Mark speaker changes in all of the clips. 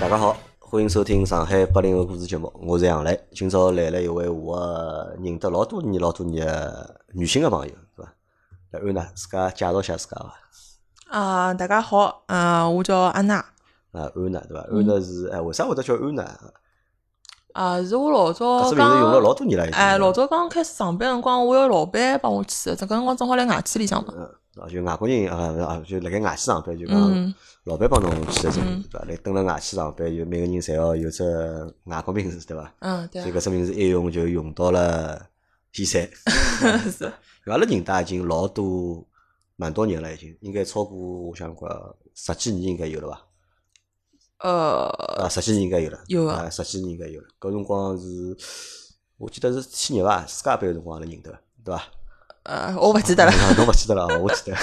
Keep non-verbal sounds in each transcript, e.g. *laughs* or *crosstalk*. Speaker 1: 大家好，欢迎收听上海八零后故事节目，我是杨磊。今朝来了一位我呃认得老多年、老多年的女性的朋友，是吧？来安娜，自家介绍一下自家伐？
Speaker 2: 啊、大家好，啊、我叫安娜，
Speaker 1: 啊，安娜，对伐？
Speaker 2: 嗯
Speaker 1: 安娜是哎，为啥会得叫安娜？
Speaker 2: 啊、是我老
Speaker 1: 搿
Speaker 2: 早
Speaker 1: 只名字用了老
Speaker 2: 刚，
Speaker 1: 多年了，已经啊
Speaker 2: 哎，
Speaker 1: 是吧
Speaker 2: 老早刚开始上班辰光，我有老板帮我起的，这个辰光正好来外企里向嘛，
Speaker 1: 啊，就外国人啊啊，就辣盖外企上班，就讲
Speaker 2: 嗯
Speaker 1: 老板帮侬起的这个名
Speaker 2: 嗯
Speaker 1: 字，对伐？来蹲辣外企上班，就每个人侪要有只外国名字，对伐？
Speaker 2: 嗯，对
Speaker 1: 所以搿只名字一用就用到了现在。
Speaker 2: 啊， *laughs* 是，
Speaker 1: 因为阿拉认得已经老多蛮多年了，已经应该超过我想讲十几年应该有了吧？
Speaker 2: 呃，
Speaker 1: 啊，十几年应该有了，
Speaker 2: 有啊
Speaker 1: 啊，十几年应该有了。搿辰光是，我记得是去年伐，自家班个辰光阿拉认得，对伐？
Speaker 2: 呃，我不记得了，
Speaker 1: 啊侬勿记得了啊，我 *laughs* 记得。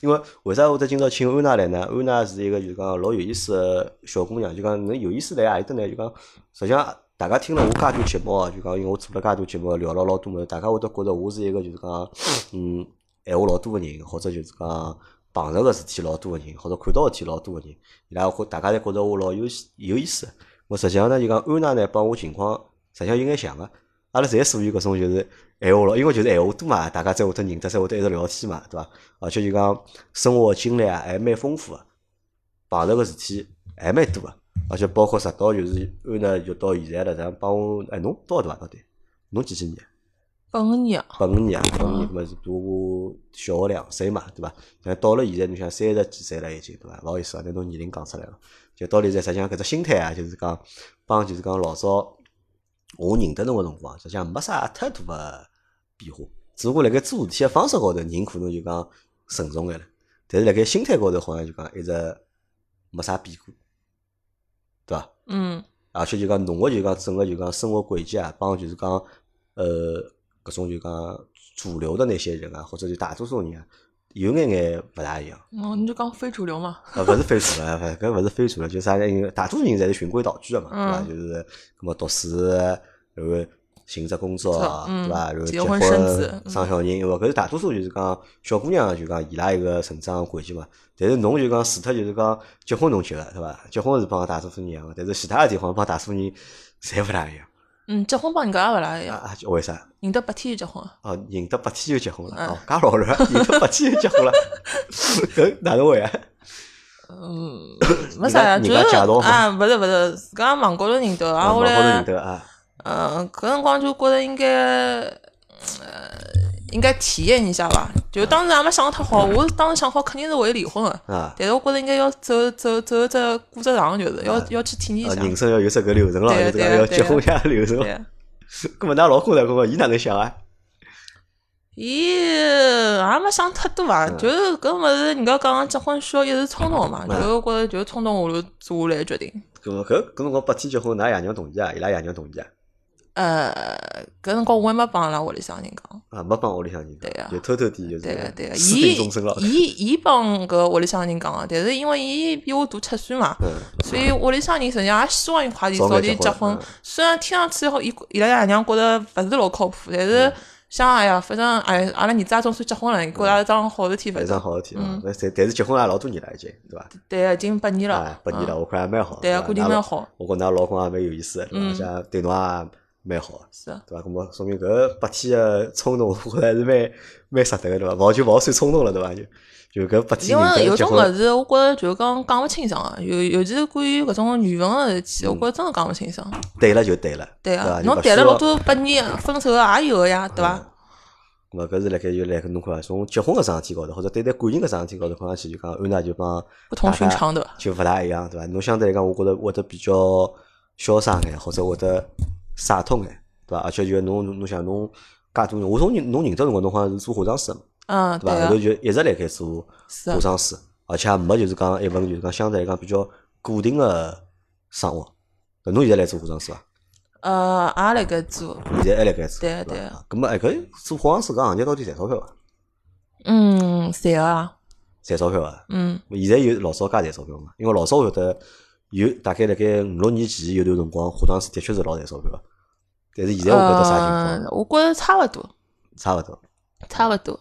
Speaker 1: 因为为啥会得今朝请安娜来呢？安娜是一个就是讲老有意思个小姑娘，就讲侬有意思在何里搭呢？就讲实际上大家听了我介多节目啊，就讲因为我做了介多节目，聊了老多物事，大家会得觉着我是一个就是讲嗯闲话老多个人，或者就是讲碰着个事体老多个人，或者看到个事体老多个人，伊拉会大家侪觉着我老有意有意思。我实际上呢就讲安娜呢帮我情况实际上有眼像个、阿拉侪属于搿种就是闲话咯，因为就是闲话多嘛，大家才会得认得，才会得一直聊天嘛，对伐？而且就讲生活经历啊，还蛮丰富个，碰着个事体还蛮多个，啊而且包括直到就是安呢，就到现在了，咱帮我哎，侬多少大到底？侬几几年？
Speaker 2: 八 *laughs* 五年啊，
Speaker 1: 八五年啊，八五年嘛是比我小我两岁嘛，对伐？但到了现在，侬想三十几岁了已经，对伐？勿好意思啊，拿侬年龄讲出来了。就到了现在，实际上搿只心态啊，就是讲帮就是讲老早我认得侬个辰光，实际上没啥太大个变化，只不过辣盖做事体个方式高头，人可能就讲成熟眼了，但是辣盖心态高头好像就讲一直没啥变过，对伐？
Speaker 2: 嗯，
Speaker 1: 而啊且就讲侬个就讲整个就讲生活轨迹啊，帮就是讲呃搿种就讲主流的那些人啊，或者就大多数人啊，有眼眼勿大一样。
Speaker 2: 哦，你就讲非主流嘛，
Speaker 1: 啊，勿是非主流，勿搿勿是非主流，就啥呢？因为大多数人侪是循规蹈矩个嘛，对伐？
Speaker 2: 嗯
Speaker 1: 就是搿么读书，然后寻只工作，
Speaker 2: 嗯
Speaker 1: 对伐？然后
Speaker 2: 结
Speaker 1: 结
Speaker 2: 婚
Speaker 1: 婚
Speaker 2: 生子嗯
Speaker 1: 生小人，因为搿是大多数就是讲小姑娘就讲伊拉一个成长轨迹嘛。但是侬就讲除脱就是讲结婚侬结了，对伐？结婚是帮大多数人一样个，但是其他事体好像帮大多数人侪勿大一样。
Speaker 2: 嗯，结婚帮人家也勿大一
Speaker 1: 啊
Speaker 2: 样，
Speaker 1: 啊，为啥？
Speaker 2: 认得八天就结婚，
Speaker 1: 哦，认得八天就结婚了，
Speaker 2: 嗯
Speaker 1: 哦，介老了，认得八天就结婚了， *laughs* 搿哪能会啊？
Speaker 2: 嗯，没啥呀，
Speaker 1: 人
Speaker 2: 就
Speaker 1: 家人家介绍
Speaker 2: 是
Speaker 1: 嘛
Speaker 2: 啊，勿是勿是，自家网高头认得，啊，
Speaker 1: 啊，
Speaker 2: 后
Speaker 1: 网高头认
Speaker 2: 来，
Speaker 1: 得啊。
Speaker 2: 嗯，搿辰光就觉着应该，呃，应该体验一下吧。就当时也没想得太好，我当时想好肯定是会离婚的，
Speaker 1: 啊，
Speaker 2: 但是我觉着应该要走走走这过这场，就是要要去体验
Speaker 1: 啊，人
Speaker 2: 一下。
Speaker 1: 生要有这个流程咯，
Speaker 2: 对
Speaker 1: 就
Speaker 2: 啊
Speaker 1: 是
Speaker 2: 对啊
Speaker 1: 讲要
Speaker 2: 对啊
Speaker 1: 结婚呀流程咯。
Speaker 2: 对，啊
Speaker 1: 咁么，㑚老公呢？搿么伊哪能想啊？
Speaker 2: 伊也没想太多吧，
Speaker 1: 嗯
Speaker 2: 就是搿物事，人家讲结婚需要一时冲动嘛，
Speaker 1: 嗯
Speaker 2: 就觉着就冲动下头做下来决定。
Speaker 1: 搿么搿搿辰光八天结婚，㑚爷娘同意啊？伊拉爷娘同意啊？
Speaker 2: 呃，搿辰光我还没帮阿拉屋里向人讲，
Speaker 1: 啊，没帮屋里向人
Speaker 2: 对
Speaker 1: 讲，
Speaker 2: 啊
Speaker 1: 就偷偷地就是
Speaker 2: 对啊个对个，
Speaker 1: 私
Speaker 2: 伊
Speaker 1: 定终身咯。
Speaker 2: 伊伊帮搿屋里向人讲个，啊但是因为伊比我大七岁嘛，
Speaker 1: 嗯，
Speaker 2: 所以屋里向人实际上也希望伊快点早点结
Speaker 1: 早眼
Speaker 2: 婚
Speaker 1: 结婚嗯。
Speaker 2: 虽然听上去好，伊伊拉爷娘觉着勿是老靠谱，但
Speaker 1: 嗯
Speaker 2: 是想哎呀，反正哎，阿拉儿子也总算结婚了，伊觉着也是桩好事体，
Speaker 1: 非
Speaker 2: 反
Speaker 1: 常
Speaker 2: 正
Speaker 1: 好事体
Speaker 2: 嗯
Speaker 1: 啊！那但但是结婚也老多年了，已经对伐？
Speaker 2: 对，已经八年了
Speaker 1: 啊，，八年了，我看也蛮好。
Speaker 2: 对啊
Speaker 1: 伐
Speaker 2: 过得
Speaker 1: 㑚
Speaker 2: 蛮
Speaker 1: 老
Speaker 2: 好
Speaker 1: 我觉㑚老公也蛮有意思的，对伐？
Speaker 2: 嗯
Speaker 1: 而且对侬也蛮好的。
Speaker 2: 是啊
Speaker 1: 对伐？搿么说明搿八天个冲动，我觉着还是蛮蛮值得个，对伐？勿好就勿好算冲动了，对伐？就就搿八天
Speaker 2: 因
Speaker 1: 人
Speaker 2: 为有
Speaker 1: 结
Speaker 2: 种
Speaker 1: 婚
Speaker 2: 物事，我觉着就是讲讲勿清爽啊，尤尤其是关于搿种缘分个事体，我觉着真的讲勿清爽。
Speaker 1: 对了就嗯对了，
Speaker 2: 对
Speaker 1: 伐
Speaker 2: 啊，
Speaker 1: 就
Speaker 2: 侬
Speaker 1: 勿
Speaker 2: 谈了
Speaker 1: 需要
Speaker 2: 老多八年，分手个也有个呀，对
Speaker 1: 嗯
Speaker 2: 伐？
Speaker 1: 咁么搿是辣盖就辣盖侬看啊，从结婚搿桩事体高头，或者对待感情搿桩事体高头，看上去就讲安娜就帮
Speaker 2: 不同寻常的
Speaker 1: 大家就勿大一样，对伐？侬相对来讲，我觉着会得比较潇洒眼，或者会得洒脱眼，对伐？而且就侬侬侬想侬介多年，我从侬侬认得辰光，侬好像是做化妆师的嘛，
Speaker 2: 嗯，
Speaker 1: 对伐？后头
Speaker 2: 个，
Speaker 1: 就一直辣盖做
Speaker 2: 是啊
Speaker 1: 化妆师，而且也没就是讲一份就是讲相对来讲比较固定的生活。搿侬现在来做化妆师伐？
Speaker 2: 呃，也辣盖做，
Speaker 1: 现在还辣盖做，
Speaker 2: 对啊
Speaker 1: 伐
Speaker 2: 对啊
Speaker 1: 咁么哎，搿做化妆师搿行业到底赚钞票伐？
Speaker 2: 嗯，侪个啊，
Speaker 1: 赚钞票伐？
Speaker 2: 嗯
Speaker 1: 现在有老早介赚钞票嘛？因为老早我晓得有大概辣盖五六年前有段辰光，化妆师的确是老赚钞票的，但是现在我觉得啥情
Speaker 2: 呃
Speaker 1: 况，
Speaker 2: 我觉着差勿多，
Speaker 1: 差勿多。
Speaker 2: 差勿多。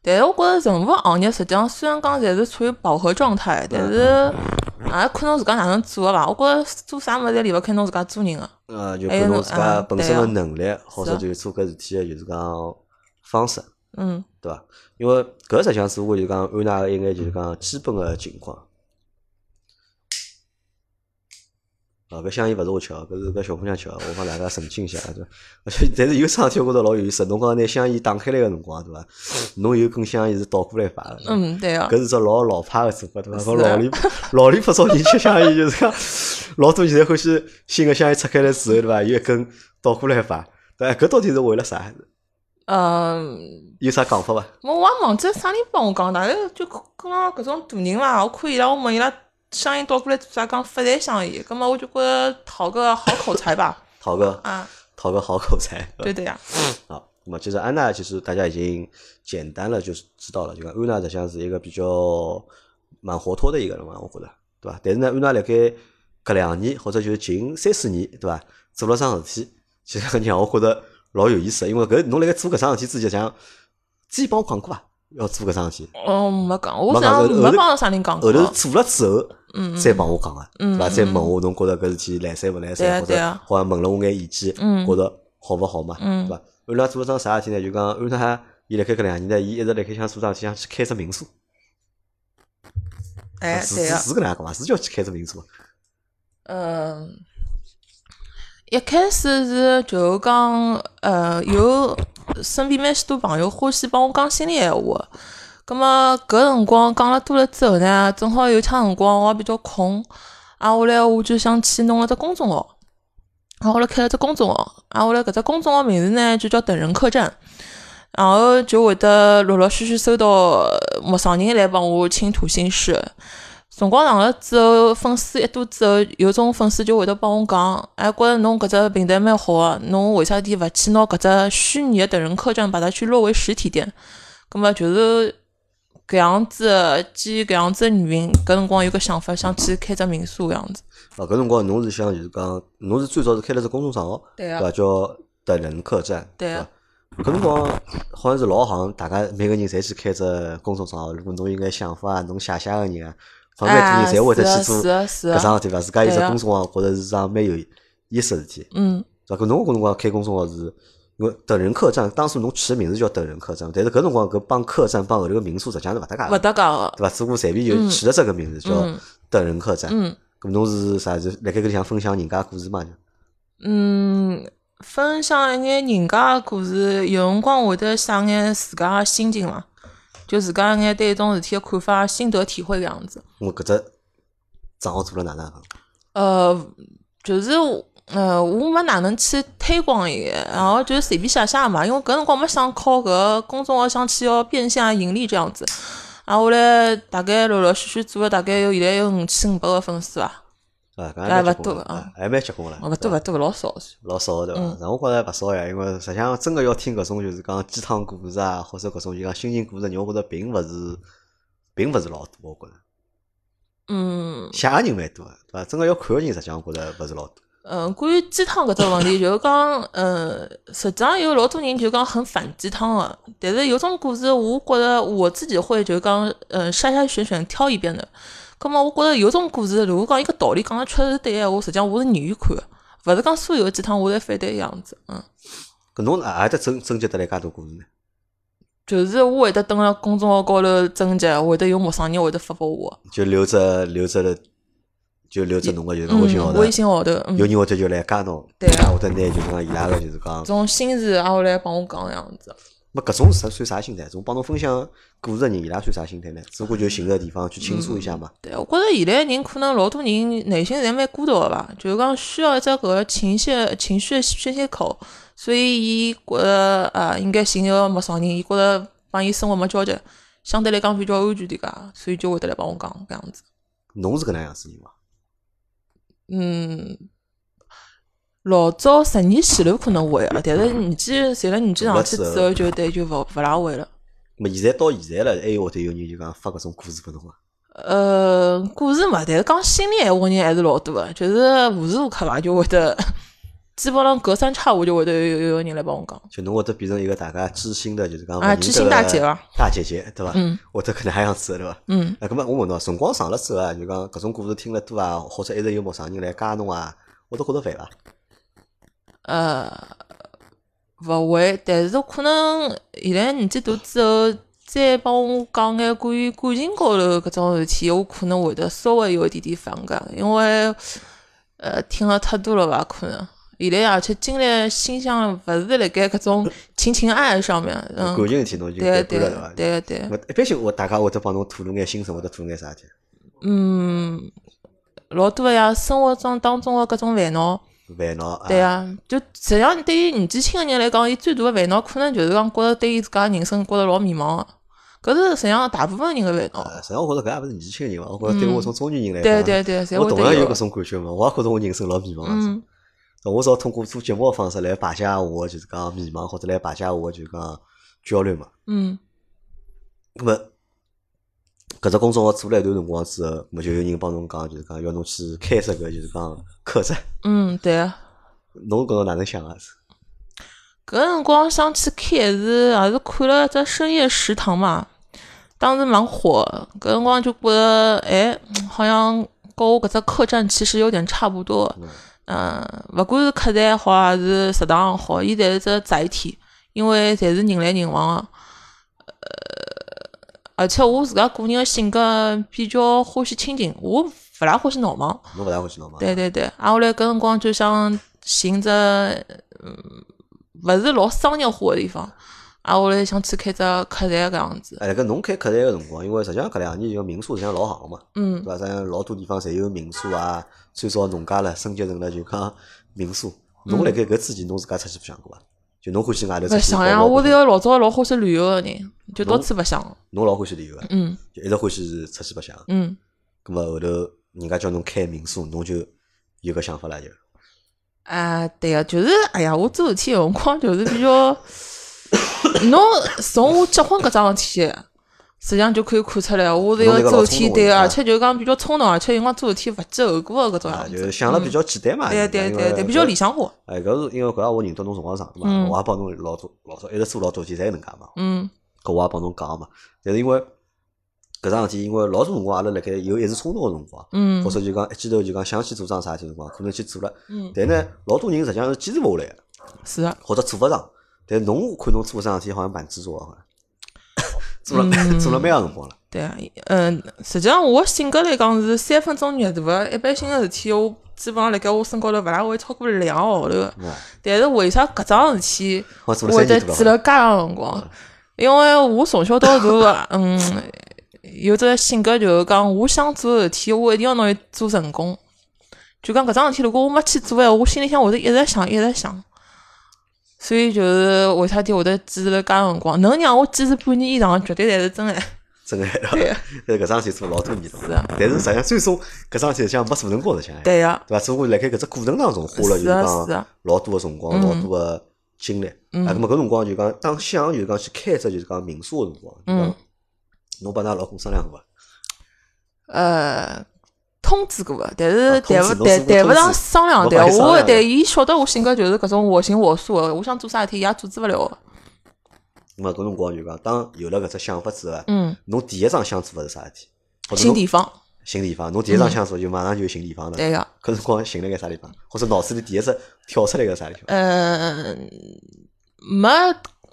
Speaker 2: 但是我觉着任何行业实际上虽然讲侪是处于饱和状态，但是，嗯、也看侬自家哪能做个伐？我觉着做啥物事离勿开侬自家做人啊个。
Speaker 1: 呃，就
Speaker 2: 还有
Speaker 1: 看侬
Speaker 2: 侬
Speaker 1: 自家
Speaker 2: 啊
Speaker 1: 本
Speaker 2: 对
Speaker 1: 身的
Speaker 2: 啊
Speaker 1: 能力，或者
Speaker 2: 是啊
Speaker 1: 就是做搿事体的，就是讲方式，
Speaker 2: 嗯，
Speaker 1: 对伐？因为搿实际上只不过就是讲安娜的一眼就是讲基本的情况。啊，搿香烟勿是我吃的，搿是搿小姑娘吃的，我帮大家澄清一下，对伐？ *laughs* 而且但是有桩事体我觉着老有意思，侬讲拿香烟打开来个辰光，对伐？侬有根香烟是倒过来发的，对伐
Speaker 2: 嗯，对个
Speaker 1: 搿。是只老老派个做法，对伐？
Speaker 2: 是啊
Speaker 1: 讲
Speaker 2: 的
Speaker 1: 老里老里不少人吃香烟，就是讲老多现在欢喜新个香烟拆开来之后，对伐？有一根倒过来发，对伐？搿到底是为了啥？
Speaker 2: 嗯，
Speaker 1: 有啥讲法伐？
Speaker 2: 我我也忘记啥人帮我讲，大概就刚刚搿种大人伐，我看伊拉，我问伊拉香烟倒过来做啥，讲发财香烟，葛末我就觉着讨个好口才吧。
Speaker 1: 讨个
Speaker 2: 啊，
Speaker 1: 讨个好口才。
Speaker 2: 对啊的呀，
Speaker 1: *laughs* 好，那么其实安娜其实大家已经简单了，就是知道了，就讲安娜实际上是一个比较蛮活脱的一个人嘛，我觉得，对伐？但是呢，安娜辣盖搿两年或者就是近三四年，对伐？做了桩事体，其实让我觉得老有意思，因为搿侬辣盖做搿桩事体之前，像之前帮我讲过伐？要做搿桩事体，
Speaker 2: 哦，没讲，我
Speaker 1: 没
Speaker 2: 实
Speaker 1: 讲
Speaker 2: 际上
Speaker 1: 后头后
Speaker 2: 没
Speaker 1: 头
Speaker 2: 帮啥人讲
Speaker 1: 后
Speaker 2: 过。
Speaker 1: 头做了之后，
Speaker 2: 嗯
Speaker 1: 再帮我讲个，
Speaker 2: 嗯
Speaker 1: 对伐？
Speaker 2: 嗯
Speaker 1: 再问我侬觉着搿事体来三勿来
Speaker 2: 对
Speaker 1: 三，
Speaker 2: 啊
Speaker 1: 或
Speaker 2: 对
Speaker 1: 者
Speaker 2: 啊
Speaker 1: 或者问了我眼意见，
Speaker 2: 嗯
Speaker 1: 觉着好勿好嘛，
Speaker 2: 嗯
Speaker 1: 对伐？安娜做了桩啥事体呢？就讲安娜伊辣盖搿两年呢，伊一直辣盖想做桩事体，想去开只民宿，啊
Speaker 2: 哎，
Speaker 1: 是
Speaker 2: 对
Speaker 1: 是
Speaker 2: 个。
Speaker 1: 是搿能介讲伐？是叫去开只民宿啊伐？
Speaker 2: 嗯，一开始是就讲，呃，有身边蛮许多朋友欢喜帮我讲心里闲话，葛么搿辰光讲了多了之后呢，正好有抢辰光我也比较空，啊，后来我就想去弄了只公众号。然后来开了只公众号，然后来搿只公众号名字呢就叫“等人客栈”，然后就会得陆陆续续收到呃陌生人来帮我倾吐心事。辰光长了之后，粉丝一多之后，有种粉丝就会得帮我讲，哎，觉着侬搿只平台蛮好个，侬为啥体勿去拿搿只虚拟的等人客栈把它去落为实体店？葛么就是搿样子，基于搿样子的原因，搿辰光有个想法，想去开只民宿搿样子。
Speaker 1: 哦，搿辰光侬是想就是讲，侬是最早是开了只公众账号，
Speaker 2: 对
Speaker 1: 对
Speaker 2: 啊
Speaker 1: 伐？叫等人客栈，
Speaker 2: 对
Speaker 1: 伐
Speaker 2: 啊？
Speaker 1: 搿辰光好像是老行，大家每个人侪去开只公众账号。如果侬有眼想法啊，侬写写个人啊，好像蛮多人侪会得去做
Speaker 2: 哎是啊是啊是啊
Speaker 1: 搿桩事体伐？自家有只
Speaker 2: 对啊
Speaker 1: 公众号，觉着是桩蛮有意思的事体，
Speaker 2: 嗯，
Speaker 1: 对伐？搿侬搿辰光开公众号是，因为等人客栈，当初侬取个名字叫等人客栈，但是搿辰光搿帮客栈帮后头个民宿实际上是勿搭界
Speaker 2: 勿啊
Speaker 1: 个，
Speaker 2: 搭界个。
Speaker 1: 对伐？只不过随便就取了只搿名字叫
Speaker 2: 嗯
Speaker 1: 等人客栈。
Speaker 2: 嗯
Speaker 1: 咁侬是啥？就辣盖搿里向分享人家故事嘛？就
Speaker 2: 嗯，分享一眼人家的故事，有辰光会得写眼自家的心情嘛，就自家一眼对一种事体的看法、心得体会搿样子。
Speaker 1: 我搿只账号做了哪能啊？
Speaker 2: 呃，就是呃，我没哪能去推广伊，然后就是随便写写嘛，因为搿辰光没想靠搿个公众号想去要变相盈利这样子。啊，后来大概陆陆续续做了大概有现在有五千五百个粉丝伐，
Speaker 1: 啊，搿还蛮
Speaker 2: 哎
Speaker 1: 结
Speaker 2: 勿多
Speaker 1: 棍的
Speaker 2: 啊，
Speaker 1: 还蛮结棍了，
Speaker 2: 勿多勿多老少。
Speaker 1: 老少的对
Speaker 2: 嗯
Speaker 1: 伐？那我觉着勿少呀，因为实际上真个要听搿种就是讲鸡汤故事啊，或者搿种就讲心情故事，让我觉着并勿是，并勿是老多，我觉着
Speaker 2: 嗯，
Speaker 1: 写个人蛮多的，对伐？真个要看个人，实际上我觉着勿是老多。
Speaker 2: 嗯，关于鸡汤搿只问题，就是讲，呃，实际上有老多人就讲很反鸡汤的，但是有种故事，我觉着我自己会就是讲，呃，筛筛选选挑一遍的。葛么，我觉着有种故事，如果讲一个道理讲得确实是对的闲话，实际上我是愿意看的，勿是讲所有的鸡汤我侪反对的样子。嗯，
Speaker 1: 搿侬哪会得征征集得来介多故事呢？
Speaker 2: 就是我会得登了公众号高头征集，会得有陌生人会得发拨我。
Speaker 1: 就留着留着了，就留着侬个就是讲微信号
Speaker 2: 嗯，
Speaker 1: 头，
Speaker 2: 微信号头，嗯，
Speaker 1: 有
Speaker 2: 这
Speaker 1: 人会得就来加侬，
Speaker 2: 对啊
Speaker 1: 啊，会得拿就是讲伊拉个就是讲。
Speaker 2: 种心事，然后来帮我讲的样子。
Speaker 1: 那搿种是算啥心态？这种帮侬分享故事的人，伊拉算啥心态呢？只不过就寻个地方去倾诉一下嘛。
Speaker 2: 对，我觉着现在人可能老多人内心侪蛮孤独个吧，就是讲需要一只搿个情绪情绪的宣泄口，所以伊觉着啊，应该寻一个陌生人，伊觉着帮伊生活没交集，相对来讲比较安全点噶，所以就会得来帮我讲搿样子。
Speaker 1: 侬是搿能样子人伐？
Speaker 2: 嗯，老早十年前头可能会啊，但是年纪随着年纪上去之后，就对就勿勿大会了。
Speaker 1: 么现在到现在了，还有会得有人就讲发搿种故事拨侬啊伐？
Speaker 2: 呃，故事嘛，但是讲心里闲话人还是老多的，就是无时无刻吧就会得 *laughs* 基本上隔三差五就会得有有有人来帮我讲。
Speaker 1: 就侬会得变成一个大家知心的，就是讲
Speaker 2: 啊
Speaker 1: 勿认
Speaker 2: 知
Speaker 1: 得
Speaker 2: 心大
Speaker 1: 的
Speaker 2: 姐吧
Speaker 1: 大姐姐对伐？
Speaker 2: 嗯，
Speaker 1: 会得搿能样子的对伐？
Speaker 2: 嗯，
Speaker 1: 啊，咁么我问侬啊，辰光长了之后啊，就讲搿种故事听了多啊，或者一直有陌生人来加侬啊，会得觉得烦伐？
Speaker 2: 呃，勿会，但是可能现在年纪大之后，再帮我讲眼关于感情高头搿种事体，我可能会得稍微有一点点反感，因为呃听了太多了吧，可能。现在而且精力心想勿是辣盖搿种情情爱爱上面，嗯，
Speaker 1: 感情事体侬就
Speaker 2: 对
Speaker 1: 改
Speaker 2: 对
Speaker 1: 观了对伐？
Speaker 2: 对对，
Speaker 1: 我一般性我大家会得帮侬吐露眼心声，会得吐露眼啥事体？
Speaker 2: 嗯，老多个呀，生活中当中啊的各种烦恼，
Speaker 1: 烦恼啊，
Speaker 2: 对啊，就实际上对于年纪轻个人来讲，伊最大的烦恼可能就是讲觉着对伊自家人生觉着老迷茫个，搿是实际上大部分人个烦恼。
Speaker 1: 啊实际上我觉着搿也勿是年纪轻人嘛，我觉着对我种中年人来
Speaker 2: 嗯对
Speaker 1: 讲，啊
Speaker 2: 对对，侪
Speaker 1: 我
Speaker 2: 会
Speaker 1: 同
Speaker 2: 得
Speaker 1: 样有
Speaker 2: 个
Speaker 1: 搿。种感觉嘛，我也觉着我人生老迷茫啊。
Speaker 2: 嗯，
Speaker 1: 我只好通过做节目的方式来排解我的就是讲迷茫，或者来排解我的就是讲焦虑嘛。
Speaker 2: 嗯，
Speaker 1: 那么，搿只工作我做了一段辰光之后，咾么就有人帮侬讲，就是讲要侬去开设个就是讲课程，
Speaker 2: 嗯，对啊。
Speaker 1: 侬搿种哪能想啊？
Speaker 2: 搿辰光想去开也是也是看啊了只深夜食堂嘛，当时蛮火的。搿辰光就觉着，哎，好像跟我搿只客栈其实有点差不多。嗯，勿管是客栈也好，还是食堂也好，伊侪是只杂一体，因为侪是人来人往个。呃，而且我自家个人个性格比较欢喜清静，我勿大欢喜闹忙。
Speaker 1: 侬勿大欢喜侬嘛？
Speaker 2: 对对对，啊，后来搿辰光就想寻只嗯，勿是老商业化个地方，啊，后来想去开只客栈搿样子。
Speaker 1: 哎，搿侬开客栈个辰光，因为实际上搿两年就民宿实际上老行嘛，
Speaker 2: 嗯
Speaker 1: 对，伐？实际上老多地方侪有民宿啊，最早农家乐升级成了就讲民宿。侬辣盖搿之前，侬自家出去想过伐？就侬欢喜外头出去
Speaker 2: 勿想呀，
Speaker 1: 跑跑
Speaker 2: 我
Speaker 1: 跑
Speaker 2: 是个老早老欢喜旅游个人，就
Speaker 1: 哦
Speaker 2: 到处白相。
Speaker 1: 侬老欢喜旅游个，
Speaker 2: 嗯
Speaker 1: 就一直欢喜是出去白相。
Speaker 2: 嗯，
Speaker 1: 咁么后头人家叫侬开民宿，侬就有搿想法了就。
Speaker 2: 啊，对个、就是哎呀，我做事体有辰光就是比较，侬从我结婚搿桩事体，实际上就可以看出来，我是一
Speaker 1: 侬是一个
Speaker 2: 个
Speaker 1: 老
Speaker 2: 做事
Speaker 1: 冲
Speaker 2: 体
Speaker 1: 动的人
Speaker 2: 对个，
Speaker 1: 啊
Speaker 2: 而且就是讲比较冲动，而且有辰光做事体勿计后果个搿种
Speaker 1: 啊，
Speaker 2: 样
Speaker 1: 就是
Speaker 2: 子。嗯
Speaker 1: 想了比较简单嘛。
Speaker 2: 对
Speaker 1: 人家
Speaker 2: 对
Speaker 1: 因
Speaker 2: 对
Speaker 1: 为
Speaker 2: 对，比
Speaker 1: 搿
Speaker 2: 较理想化。
Speaker 1: 哎，搿是因为搿也我认得侬辰光长的嘛，
Speaker 2: 嗯
Speaker 1: 我也帮侬老多老早一直做老多事体，侪搿能介嘛。
Speaker 2: 嗯
Speaker 1: 搿我也帮侬讲嘛。但是因为搿桩事体，因为老多辰光阿拉辣盖有一时冲动个辰光，
Speaker 2: 嗯
Speaker 1: 或者就讲一记头就讲想去做桩啥事体辰光，可能去做了。
Speaker 2: 嗯，
Speaker 1: 但呢，老多人实际上是坚持勿下来的，
Speaker 2: 是的。
Speaker 1: 或者做勿上。但侬看侬做桩事体好像蛮执着个，好像 *laughs* 做
Speaker 2: 嗯
Speaker 1: 了 *laughs* 做了蛮长辰光了。
Speaker 2: 对啊，嗯，实际上我性格来讲是三分钟热度个，一般性个事体我基本上辣盖我身高头勿大会超过两个号头的。
Speaker 1: 嗯
Speaker 2: 但是为啥搿桩事体
Speaker 1: 我哦做了
Speaker 2: 会
Speaker 1: 三
Speaker 2: 得
Speaker 1: 年多嗯
Speaker 2: 记了介长辰光？因为我从小到大，嗯，有只性格就是讲，我想做的事体，我一定要拿伊做成功。就讲搿桩事体，如果我没去做闲话，啊我心里向会得一直想，一直想。所以就是为啥体会得坚持了介辰光，能让我坚持半年以上，绝对侪是真爱。
Speaker 1: 真个，
Speaker 2: *laughs* 对呀
Speaker 1: *laughs* 对搿桩事体做了老多年了
Speaker 2: 是啊。
Speaker 1: 但是实际上，最终搿桩事体像没做成功，实际上，对
Speaker 2: 对呀、
Speaker 1: 伐？只不过辣盖搿只过程当中花了就是
Speaker 2: 啊是
Speaker 1: 讲
Speaker 2: 啊嗯
Speaker 1: 老多个辰光，老多个精力。啊，葛末搿辰光就讲当想就是讲去开只就是讲民宿个辰光，就讲
Speaker 2: 嗯
Speaker 1: 侬帮㑚老公商量过伐？
Speaker 2: 呃，通知过的，但是
Speaker 1: 啊通
Speaker 2: 谈
Speaker 1: 知
Speaker 2: 勿
Speaker 1: 侬是
Speaker 2: 谈
Speaker 1: 不是
Speaker 2: 谈勿
Speaker 1: 通
Speaker 2: 上
Speaker 1: 知
Speaker 2: 商量
Speaker 1: 侬
Speaker 2: 对
Speaker 1: 帮伊商
Speaker 2: 我
Speaker 1: 量
Speaker 2: 对
Speaker 1: 的
Speaker 2: 伊晓得我性格就是搿种我行我素的，我想做啥事体伊也阻止勿了的。
Speaker 1: 葛末搿辰光就讲当有了搿只想法之后，啊
Speaker 2: 嗯，
Speaker 1: 侬第一桩想做个是啥事体？或者
Speaker 2: 新
Speaker 1: 侬
Speaker 2: 地方，
Speaker 1: 寻地方，侬第一桩想做就马上就寻地方了。
Speaker 2: 对个，
Speaker 1: 搿辰光寻了个啥地方？或者脑子里第一只跳出来个啥地方？
Speaker 2: 呃，没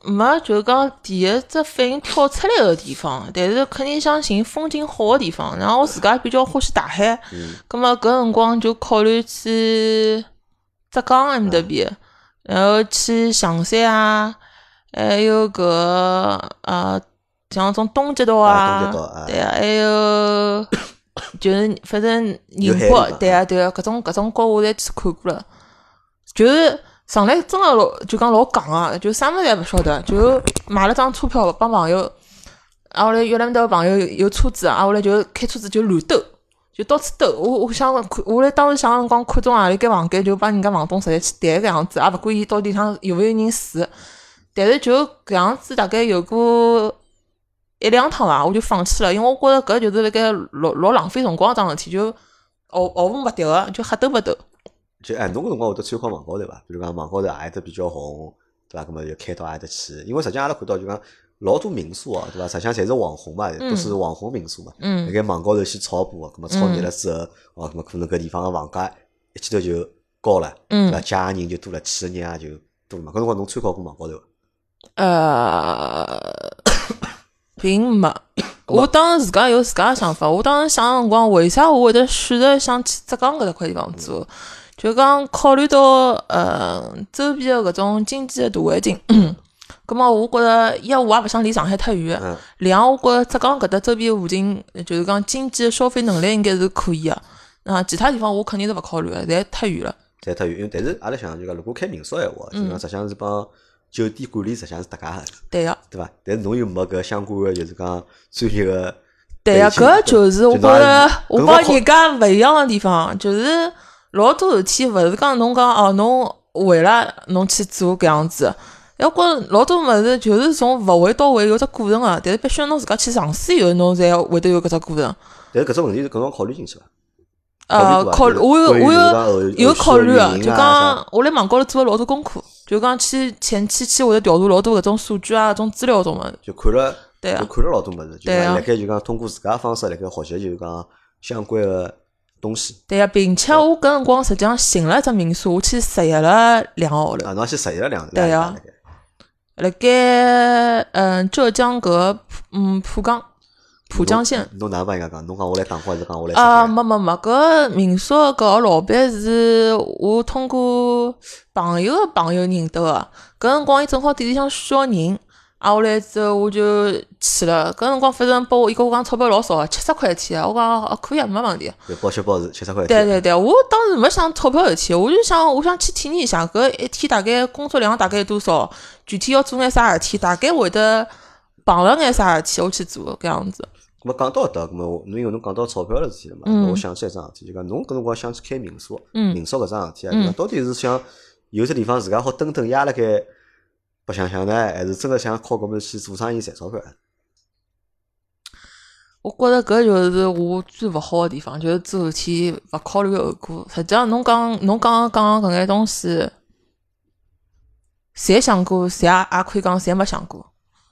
Speaker 2: 没就讲第一只反应跳出来个地方，但是肯定想寻风景好个地方。然后我自家比较欢喜大海，
Speaker 1: 嗯，
Speaker 2: 葛么搿辰光就考虑去浙江埃面搭边，
Speaker 1: 嗯
Speaker 2: 然后去象山啊，还有搿呃，像种东极岛
Speaker 1: 啊东极岛
Speaker 2: 啊
Speaker 1: 啊，
Speaker 2: 对啊，还有就是反正
Speaker 1: 有
Speaker 2: 宁
Speaker 1: 海
Speaker 2: 波
Speaker 1: 地方，
Speaker 2: 对啊对啊，搿种搿种高我侪去看过了，就是。上来真个老就讲老戆啊，就啥物事侪勿晓得，就买了张车票帮朋友，啊，后来约了面搭个朋友有有车子啊，啊，后来就开车子就乱兜，就到处兜。我我想看，我来当时想辰光看中何里间房间，就帮人家房东直接去谈搿样子，啊也勿管伊到底上有没有人住。但是就搿样子，大概有过一两趟啊伐，我就放弃了，因为我觉着搿就是辣盖老老浪费辰光的桩事体，就毫毫无目的个，就瞎兜巴兜。
Speaker 1: 就哎，侬搿辰光会得参考网高头伐？比如讲网高头也会得比较红，对伐？搿么就开到也得去，因为实际上阿拉看到就讲老多民宿哦，对伐？实际上侪是网红嘛，都是网红民宿嘛。辣
Speaker 2: 嗯
Speaker 1: 盖网高头先炒股，葛末炒热了之后，哦，葛末可能搿地方个房价一记头就高了，对伐？
Speaker 2: 嗯，
Speaker 1: 加人就多了，去个人也就多了嘛。搿辰光侬参考过网高头伐？
Speaker 2: 呃， *coughs* 并没。我当时自家有自家的想法，我当时想辰光，为啥我会得选择想去浙江搿搭块地方住？就讲考虑到呃周边的搿种经济的大环境， *coughs* 葛么我觉着一我也勿想离上海太远，
Speaker 1: 嗯
Speaker 2: 两，我觉着浙江搿搭周边附近，就是讲经济消费能力应该是可以的。啊，其他地方我肯定是勿考虑的，侪太远了。
Speaker 1: 在太远，因为但是阿拉想就讲，如果开民宿闲话，就
Speaker 2: 嗯
Speaker 1: 讲实际上是帮酒店管理实际上是搭界个，
Speaker 2: 对个、
Speaker 1: 对伐？但是侬又没搿相关个就是讲专业个
Speaker 2: 对呀、
Speaker 1: 培训
Speaker 2: 搿就是我觉
Speaker 1: 拿
Speaker 2: 着
Speaker 1: 搿
Speaker 2: 我
Speaker 1: 个
Speaker 2: 帮
Speaker 1: 考
Speaker 2: 人家勿一样的地方，就是老多事体勿是讲侬讲哦，侬为了侬去做搿样子，要觉着老多物事就是从勿会到位有只过程个，但是必须要侬自家去尝试以后，侬才会得有搿只过程。
Speaker 1: 但是搿只问题是搿辰光考虑进去伐？
Speaker 2: 呃，
Speaker 1: 考
Speaker 2: 考
Speaker 1: 虑
Speaker 2: 虑
Speaker 1: 过伐关于
Speaker 2: 我有
Speaker 1: 就
Speaker 2: 我
Speaker 1: 是讲后
Speaker 2: 有有
Speaker 1: 后续
Speaker 2: 考虑
Speaker 1: 的
Speaker 2: 啊，就
Speaker 1: 运营啊
Speaker 2: 讲我辣网高头做了老多功课，就讲去前期去会得调查老多搿种数据啊、搿种资料搿种物事。
Speaker 1: 就看了，
Speaker 2: 对啊
Speaker 1: 就看了老多物事，就
Speaker 2: 对啊
Speaker 1: 讲辣盖就讲通过自家方式辣盖学习，就是讲相关个东西
Speaker 2: 对呀、并且我搿辰光实际上寻了一只民宿，我去实习了两个号头，
Speaker 1: 啊，侬也去实习了两
Speaker 2: 对
Speaker 1: 两
Speaker 2: 啊
Speaker 1: 年大概
Speaker 2: 辣盖嗯浙江搿嗯浦江浦江县。
Speaker 1: 侬哪能帮人家讲？侬讲我来打工还是讲我来
Speaker 2: 啊，
Speaker 1: 实习？
Speaker 2: 没没没，搿民宿搿个老板是我通过朋友个朋友认得个，搿辰光伊正好店里向需要人，啊，后来之后我就去了，搿辰光反正拨我伊跟我讲钞票老少个，七十块一天啊，我讲啊可以啊，没问题。
Speaker 1: 就包吃包住，吃十块
Speaker 2: 对
Speaker 1: 钱。
Speaker 2: 对对，我当时没想钞票事体，我就想我想去体验一下搿一天大概工作量大概有多少，具体要做眼啥事体，大概会得碰了眼啥事体，我去做搿样子。
Speaker 1: 咁么讲到搿搭，咁么我侬因为侬讲到钞票个事体了嘛，
Speaker 2: 嗯
Speaker 1: 咁我想起一桩事体，就讲侬搿辰光想去开民宿，
Speaker 2: 嗯
Speaker 1: 民宿搿桩事体啊，
Speaker 2: 嗯
Speaker 1: 就讲到底是想有只地方自家好蹲蹲压辣盖白相相呢，还是真个想靠搿么去做生意赚钞票啊？
Speaker 2: 我觉着搿就是我最勿好个地方，就是做事体勿考虑后果。实际上，侬讲侬刚刚讲搿眼东西，侪想过，侪也也可以讲，侪没想过。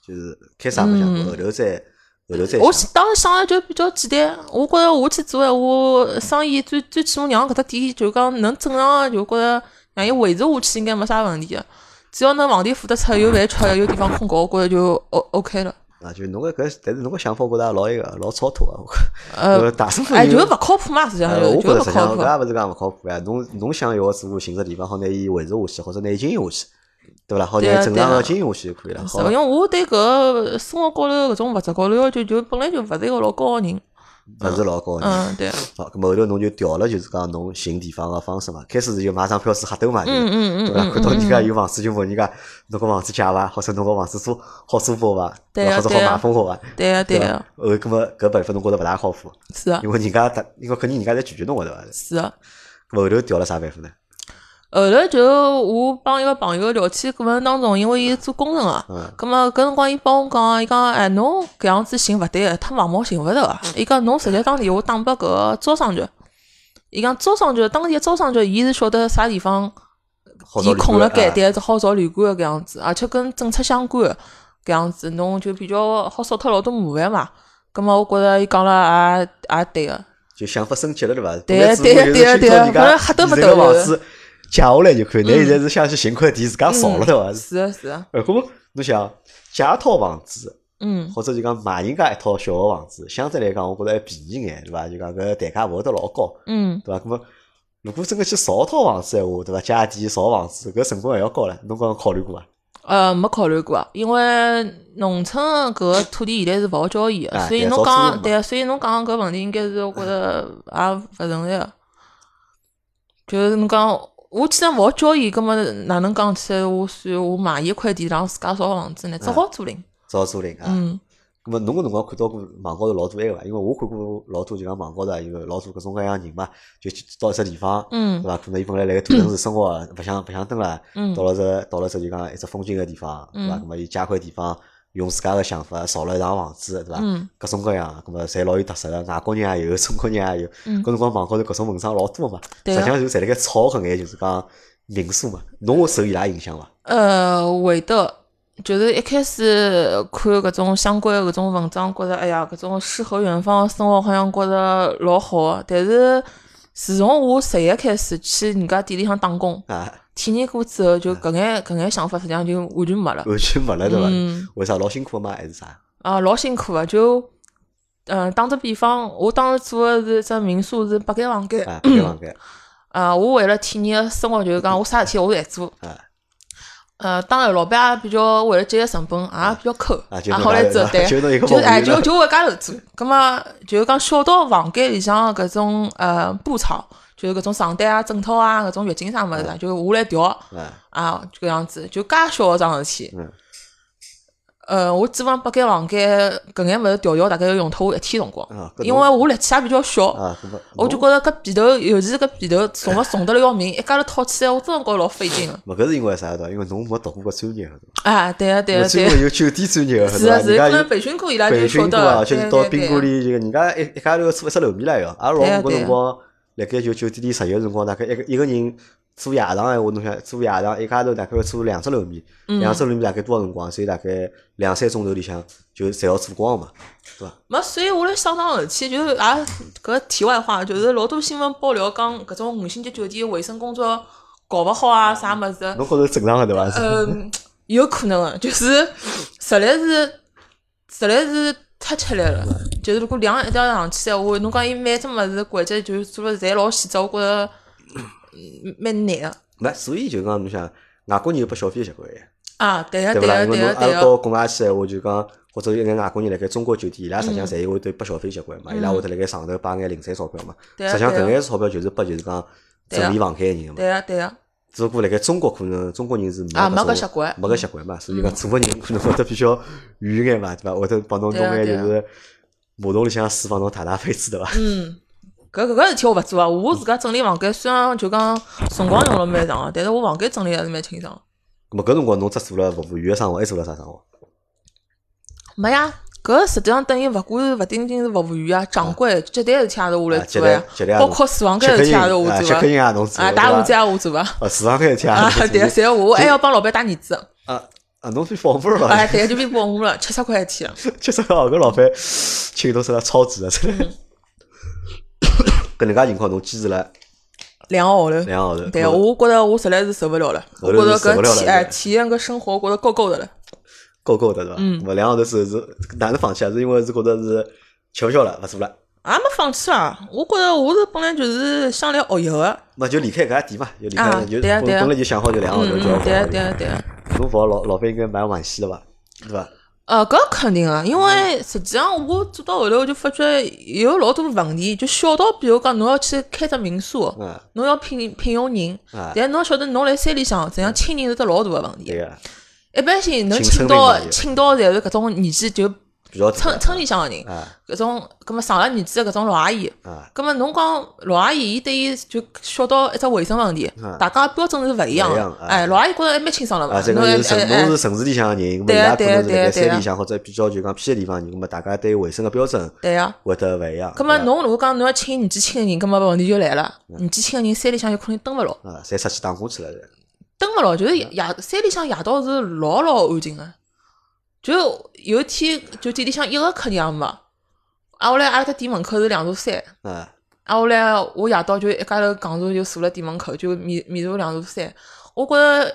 Speaker 1: 就是开啥白相，
Speaker 2: 嗯
Speaker 1: 后头再后头再
Speaker 2: 我
Speaker 1: 想。
Speaker 2: 当时想的就比较简单，我觉着我去做闲话，生意最最起码让搿只店就讲能正常，啊就觉着让伊维持下去应该没啥问题个。只要能房钿付得出，有饭吃，有地方困觉，我觉着就 O OK 了。
Speaker 1: 啊，就是侬搿搿，但是侬搿想法，我觉着也老一个，老超脱啊个。 *laughs*
Speaker 2: 呃，
Speaker 1: 大多数
Speaker 2: 哎，
Speaker 1: 人
Speaker 2: 就是勿靠谱嘛，实际上
Speaker 1: 呃，
Speaker 2: 就
Speaker 1: 我
Speaker 2: 是
Speaker 1: 觉
Speaker 2: 就
Speaker 1: 着
Speaker 2: 是
Speaker 1: 实
Speaker 2: 勿
Speaker 1: 际上
Speaker 2: 靠谱。
Speaker 1: 搿也勿是讲勿靠谱呀。侬侬想要做寻只地方，好拿伊维持下去，或者拿伊经营下去，对勿啦？好拿
Speaker 2: 对啊
Speaker 1: 伊正常
Speaker 2: 对
Speaker 1: 个
Speaker 2: 啊
Speaker 1: 经营下去就可以了。
Speaker 2: 是
Speaker 1: 好
Speaker 2: 的，因为我对搿生活高头搿种物质高头要求就本来就勿是一个老高个人。
Speaker 1: 勿是老高的。*laughs*
Speaker 2: 嗯，对，
Speaker 1: 好，咁么后头侬就调了，就是讲侬寻地方个方式嘛。开始是就买张票子瞎兜嘛，就
Speaker 2: 嗯
Speaker 1: 是
Speaker 2: 嗯嗯
Speaker 1: 对伐？ *laughs*
Speaker 2: 嗯
Speaker 1: 看
Speaker 2: 嗯
Speaker 1: 到人家
Speaker 2: 嗯，
Speaker 1: 有房子就问人家，侬搿房子借伐？或者侬搿房子租好租拨伐？
Speaker 2: 对啊
Speaker 1: 或者好
Speaker 2: 对啊
Speaker 1: 买分好伐？
Speaker 2: 对呀对啊呀
Speaker 1: 伐，？呃，咁么搿办法侬觉着勿大靠谱，
Speaker 2: 是的
Speaker 1: 因，为人家大，因为肯定人家在拒绝侬个对伐？
Speaker 2: 是啊的。
Speaker 1: 咁么后头调了啥办法呢？
Speaker 2: 后头呃就我帮一个朋友聊天过程当中，因为伊是做工程啊，
Speaker 1: 嗯，
Speaker 2: 葛么搿辰光伊帮我讲，伊讲哎侬搿样子寻勿对个，他网贸寻勿着啊。
Speaker 1: 嗯
Speaker 2: 伊讲侬直接打电话打拨搿个招商局，伊讲招商局当地的招商局伊是晓得啥地方
Speaker 1: 好找
Speaker 2: 伊
Speaker 1: 旅
Speaker 2: 空了
Speaker 1: 馆
Speaker 2: 盖
Speaker 1: 啊
Speaker 2: 对，是好找旅馆个搿样子，而且跟政策相关个搿样子，啊侬就比较好少脱老多麻烦嘛。葛么我觉着伊讲了也也对啊个，
Speaker 1: 就想法升级了对伐？
Speaker 2: 对
Speaker 1: 本来只
Speaker 2: 对
Speaker 1: 不过就是
Speaker 2: 对啊
Speaker 1: 寻
Speaker 2: 对
Speaker 1: 到人
Speaker 2: 反
Speaker 1: 家
Speaker 2: 正瞎兜不
Speaker 1: 现在
Speaker 2: 兜
Speaker 1: 个
Speaker 2: 的
Speaker 1: 房子借下来就可以，那现
Speaker 2: 嗯
Speaker 1: 在是想去寻块地自家造了对伐？
Speaker 2: 是啊个是个，
Speaker 1: 呃，搿么侬想借一套房子，
Speaker 2: 嗯，
Speaker 1: 或者就讲买人家一套小个房子，相对来讲，我觉着还便宜眼，对伐？就讲搿代价勿会得老高，
Speaker 2: 嗯，
Speaker 1: 对伐？搿么如果真个去造一套房子闲话，对伐？借地造房子，搿成本还要高唻。侬刚刚考虑过伐？
Speaker 2: 呃，没考虑过啊，因为农村搿个土地现在是勿好交易
Speaker 1: 啊
Speaker 2: 个，所以
Speaker 1: 对早
Speaker 2: 侬
Speaker 1: 租嘛
Speaker 2: 讲对，所以侬讲搿问题应该是我觉着也勿存在个，就是侬讲我既然勿好交易，葛么哪能讲起来？我算我买一块地，让自家造房子呢？只好租赁，
Speaker 1: 造租赁啊？
Speaker 2: 嗯。
Speaker 1: 搿么侬搿辰光看到过网高头老多埃个伐？因为我看过老多就讲网高头啊有老多搿种各样人嘛，就去到一只地方，对
Speaker 2: 嗯
Speaker 1: 伐？可能伊本来辣盖大城市生啊活，勿想勿想蹲了，
Speaker 2: 嗯
Speaker 1: 到了这到了这就讲一只风景个地方，对伐？
Speaker 2: 嗯
Speaker 1: 那么伊借块地方，用自家个想法造了一幢房子，对伐？
Speaker 2: 嗯
Speaker 1: 各种各样，咁么侪老有特色个，外国人也有，中国人也有。
Speaker 2: 嗯
Speaker 1: 搿辰光网高头搿种文章老多嘛，实
Speaker 2: 对啊
Speaker 1: 际
Speaker 2: 个
Speaker 1: 上就侪辣盖炒搿眼就是讲民宿嘛。侬会受伊拉影响伐？
Speaker 2: 呃，会的，就是一开始看搿种相关的搿种文章，觉着哎呀，搿种诗和远方的生活好像觉着老好的。但是自从我十一开始去人家店里向打工，
Speaker 1: 啊， *laughs*
Speaker 2: 体验过之后，就搿眼搿眼想法实际上就完全没了。
Speaker 1: 完全没了对伐？
Speaker 2: 嗯
Speaker 1: 为啥老辛苦嘛？还是啥？
Speaker 2: 啊，老辛苦个，就嗯，打个比方，我当时做的是一只民宿，是八间房间。
Speaker 1: 啊，搿房间
Speaker 2: 啊，我为了体验生活，就是讲我啥事体我侪做。
Speaker 1: 啊
Speaker 2: 呃，当然，老板也比较为了节约成本，也比较抠，
Speaker 1: 啊
Speaker 2: 也
Speaker 1: 就侬
Speaker 2: 好来
Speaker 1: 家
Speaker 2: 走
Speaker 1: 就
Speaker 2: 对，
Speaker 1: 就侬一个
Speaker 2: 就是
Speaker 1: 服务
Speaker 2: 哎，
Speaker 1: 员
Speaker 2: 就
Speaker 1: 了
Speaker 2: 就我一家头做。葛么就是讲小到房间里向搿种呃布草，就是搿种床单啊、枕头啊、搿种浴巾啥物事
Speaker 1: 嗯
Speaker 2: 啊，就是我来调
Speaker 1: 啊，
Speaker 2: 啊，就搿样子，就介小个桩事体。
Speaker 1: 嗯
Speaker 2: 呃，我基本上八间房间搿眼物事调调，大概要用脱我一天辰光
Speaker 1: 啊，搿
Speaker 2: 因
Speaker 1: 侬
Speaker 2: 为我力气也比较小，
Speaker 1: 啊，搿么
Speaker 2: 我就觉
Speaker 1: 侬
Speaker 2: 着搿被头，尤其是搿被头，重个重得来要命，一家头套起来，我真个觉着老费劲个。
Speaker 1: 勿搿是因为啥道？因为侬没读过个专业，对伐？
Speaker 2: *laughs* 啊，对个对
Speaker 1: 侬
Speaker 2: 个对
Speaker 1: 专
Speaker 2: 个，
Speaker 1: 门有酒店专业，
Speaker 2: 是
Speaker 1: 伐？
Speaker 2: 啊个是
Speaker 1: 人
Speaker 2: 个，
Speaker 1: 家
Speaker 2: 可能
Speaker 1: 有
Speaker 2: 培训过伊拉就
Speaker 1: 培
Speaker 2: 晓
Speaker 1: 训过
Speaker 2: 得
Speaker 1: 啊，
Speaker 2: 了，
Speaker 1: 就
Speaker 2: 对
Speaker 1: 是
Speaker 2: 对
Speaker 1: 到
Speaker 2: 对
Speaker 1: 宾馆里，就人家一一家头做一只楼面来个。阿拉
Speaker 2: 对啊
Speaker 1: 老婆搿
Speaker 2: 对啊
Speaker 1: 辰光，辣盖就酒店里实习个辰光，大概一个一个人做夜场闲话，侬想做夜场一家头大概要做两只楼面，
Speaker 2: 嗯
Speaker 1: 两只楼面大概多少辰光？所以大概两三钟头里向就侪要做光嘛，对伐？
Speaker 2: 没，所以我来想桩事体，就是也搿题外话，就是老多新闻爆料讲搿种五星级酒店卫生工作搞勿好啊，啥物事。
Speaker 1: 侬觉着正常个对伐？是
Speaker 2: 嗯，有可能啊，就是实在是实在是太吃力了。就是如果量一调上去的话，侬讲伊每只物事环节就是做了侪老细致，我觉着嗯蛮难个。
Speaker 1: 那所以就讲侬想，外国人有拨小费个习惯呀。
Speaker 2: 啊，对个
Speaker 1: 对勿
Speaker 2: 对
Speaker 1: 啦？
Speaker 2: 个
Speaker 1: 因为侬
Speaker 2: 对个
Speaker 1: 阿
Speaker 2: 对
Speaker 1: 拉
Speaker 2: 个，
Speaker 1: 到国外去闲话，就讲或者有眼外国人辣盖中国酒店，伊拉实
Speaker 2: 嗯
Speaker 1: 际上侪会对拨小费习惯嘛，伊拉会得辣盖上头摆眼零散钞票嘛。
Speaker 2: 对
Speaker 1: 实
Speaker 2: 啊
Speaker 1: 际上
Speaker 2: 对
Speaker 1: 搿
Speaker 2: 啊
Speaker 1: 眼钞票就是拨就是讲
Speaker 2: 对啊
Speaker 1: 整理房间个人嘛。
Speaker 2: 对个对啊个，
Speaker 1: 只不过辣盖中国可能中国人是没
Speaker 2: 啊没
Speaker 1: 搿
Speaker 2: 搿
Speaker 1: 种
Speaker 2: 习惯嗯
Speaker 1: 没搿习惯嘛，所以讲做个人可能会得比较远眼嘛，对伐？会得帮侬弄
Speaker 2: 对啊
Speaker 1: 眼就
Speaker 2: 对啊
Speaker 1: 是马桶里向水帮侬汏汏杯子，对伐？
Speaker 2: 嗯。搿搿个事体我勿做啊！我自家整理房间，虽然就讲辰光用了蛮长啊个，但是我房间整理还是蛮清爽的。
Speaker 1: 咾么搿辰光侬只做了服务员个生活，还做了啥生活？
Speaker 2: 没呀，搿实际上等于勿管是勿仅仅是服务员啊、掌柜、接待事体也是我来
Speaker 1: 啊接
Speaker 2: 做呀
Speaker 1: 待接待也，
Speaker 2: 包
Speaker 1: 是
Speaker 2: 括厨房
Speaker 1: 接
Speaker 2: 间
Speaker 1: 客
Speaker 2: 事体
Speaker 1: 人
Speaker 2: 也是我
Speaker 1: 啊，接
Speaker 2: 做
Speaker 1: 客人
Speaker 2: 啊，
Speaker 1: 也侬做
Speaker 2: 啊，
Speaker 1: 对
Speaker 2: 打
Speaker 1: 伐
Speaker 2: 火机也我做啊，
Speaker 1: 啊，市场开天
Speaker 2: 啊，对，
Speaker 1: 对
Speaker 2: 侪我还要帮老板打儿子，
Speaker 1: 啊啊，侬算放风了伐？
Speaker 2: 哎，对，就变帮我了，吃啥块事体了，
Speaker 1: *laughs* 就是哦，搿老板请侬身上超值啊！真
Speaker 2: 嗯
Speaker 1: 的。搿能介情况侬坚持了
Speaker 2: 两个号头。
Speaker 1: 两个号头，
Speaker 2: 对，
Speaker 1: 咾
Speaker 2: 我觉着我实在是受勿了了，
Speaker 1: 后
Speaker 2: 我
Speaker 1: 头
Speaker 2: 觉
Speaker 1: 是
Speaker 2: 着
Speaker 1: 受不了
Speaker 2: 搿
Speaker 1: 了
Speaker 2: 体哎
Speaker 1: 对
Speaker 2: 体验搿生活，觉着够够的了。
Speaker 1: 够够的对伐？嗯，我两个号头是是哪能放弃啊？是因为是觉得是吃勿消了，勿做了，
Speaker 2: 也没放弃啊，我觉着我是本来就是哦想来学习个，
Speaker 1: 那就离开搿家店嘛，就离开，
Speaker 2: 啊
Speaker 1: 就
Speaker 2: 对啊
Speaker 1: 本
Speaker 2: 对啊
Speaker 1: 本来就想好就两个号头
Speaker 2: 嗯
Speaker 1: 就要
Speaker 2: 嗯，对啊
Speaker 1: 跑
Speaker 2: 对啊对啊。
Speaker 1: 侬跑老老板应该蛮惋惜的伐？对伐？
Speaker 2: 呃，搿肯定啊，因
Speaker 1: 嗯
Speaker 2: 为实际上我做到后头，我就发觉有老多问题，就小到比如讲，侬要去开只民宿，
Speaker 1: 嗯，
Speaker 2: 侬要聘聘用人，
Speaker 1: 啊
Speaker 2: 但侬要晓得侬来山里向怎样请人是只老大个问
Speaker 1: 对
Speaker 2: 题。
Speaker 1: 个，
Speaker 2: 一般性能
Speaker 1: 请村民
Speaker 2: 请到
Speaker 1: 嘛也
Speaker 2: 请到侪是搿种年纪就
Speaker 1: 比较大
Speaker 2: 村村里向个人，
Speaker 1: 啊
Speaker 2: 搿种葛末上了年纪个搿种老阿姨，
Speaker 1: 啊，
Speaker 2: 葛末侬讲老阿姨伊对伊就小到一只卫生问题
Speaker 1: 嗯，
Speaker 2: 大家标准是勿一样
Speaker 1: 勿一
Speaker 2: 个
Speaker 1: 样啊。
Speaker 2: 哎，老阿姨觉着还蛮清爽了嘛，
Speaker 1: 啊，这
Speaker 2: 侬
Speaker 1: 个
Speaker 2: 还
Speaker 1: 是城
Speaker 2: 哎
Speaker 1: 侬
Speaker 2: 哎
Speaker 1: 是城市里向的人，咁么伊
Speaker 2: 对啊
Speaker 1: 拉可能是
Speaker 2: 对啊
Speaker 1: 辣盖
Speaker 2: 对啊
Speaker 1: 山里向或者比较就讲偏的地方人，咁么大家对卫生个标准
Speaker 2: 对呀。
Speaker 1: 会得勿一样。
Speaker 2: 咁
Speaker 1: 对
Speaker 2: 么
Speaker 1: 伐啊
Speaker 2: 侬如果讲侬要请年纪轻个人，咁么问题就来了。年纪轻个人山里向有可能蹲勿牢，
Speaker 1: 啊，侪出去打工去了。
Speaker 2: 蹲勿牢就是
Speaker 1: 啊
Speaker 2: 夜夜山里向夜到是老老安静个，就有一天就店里向一个客人也没。啊，后来阿拉只店门口是两座山，
Speaker 1: 啊，
Speaker 2: 啊，后来我夜到就一家头戆住就坐辣店门口，就面面对两座山。我觉着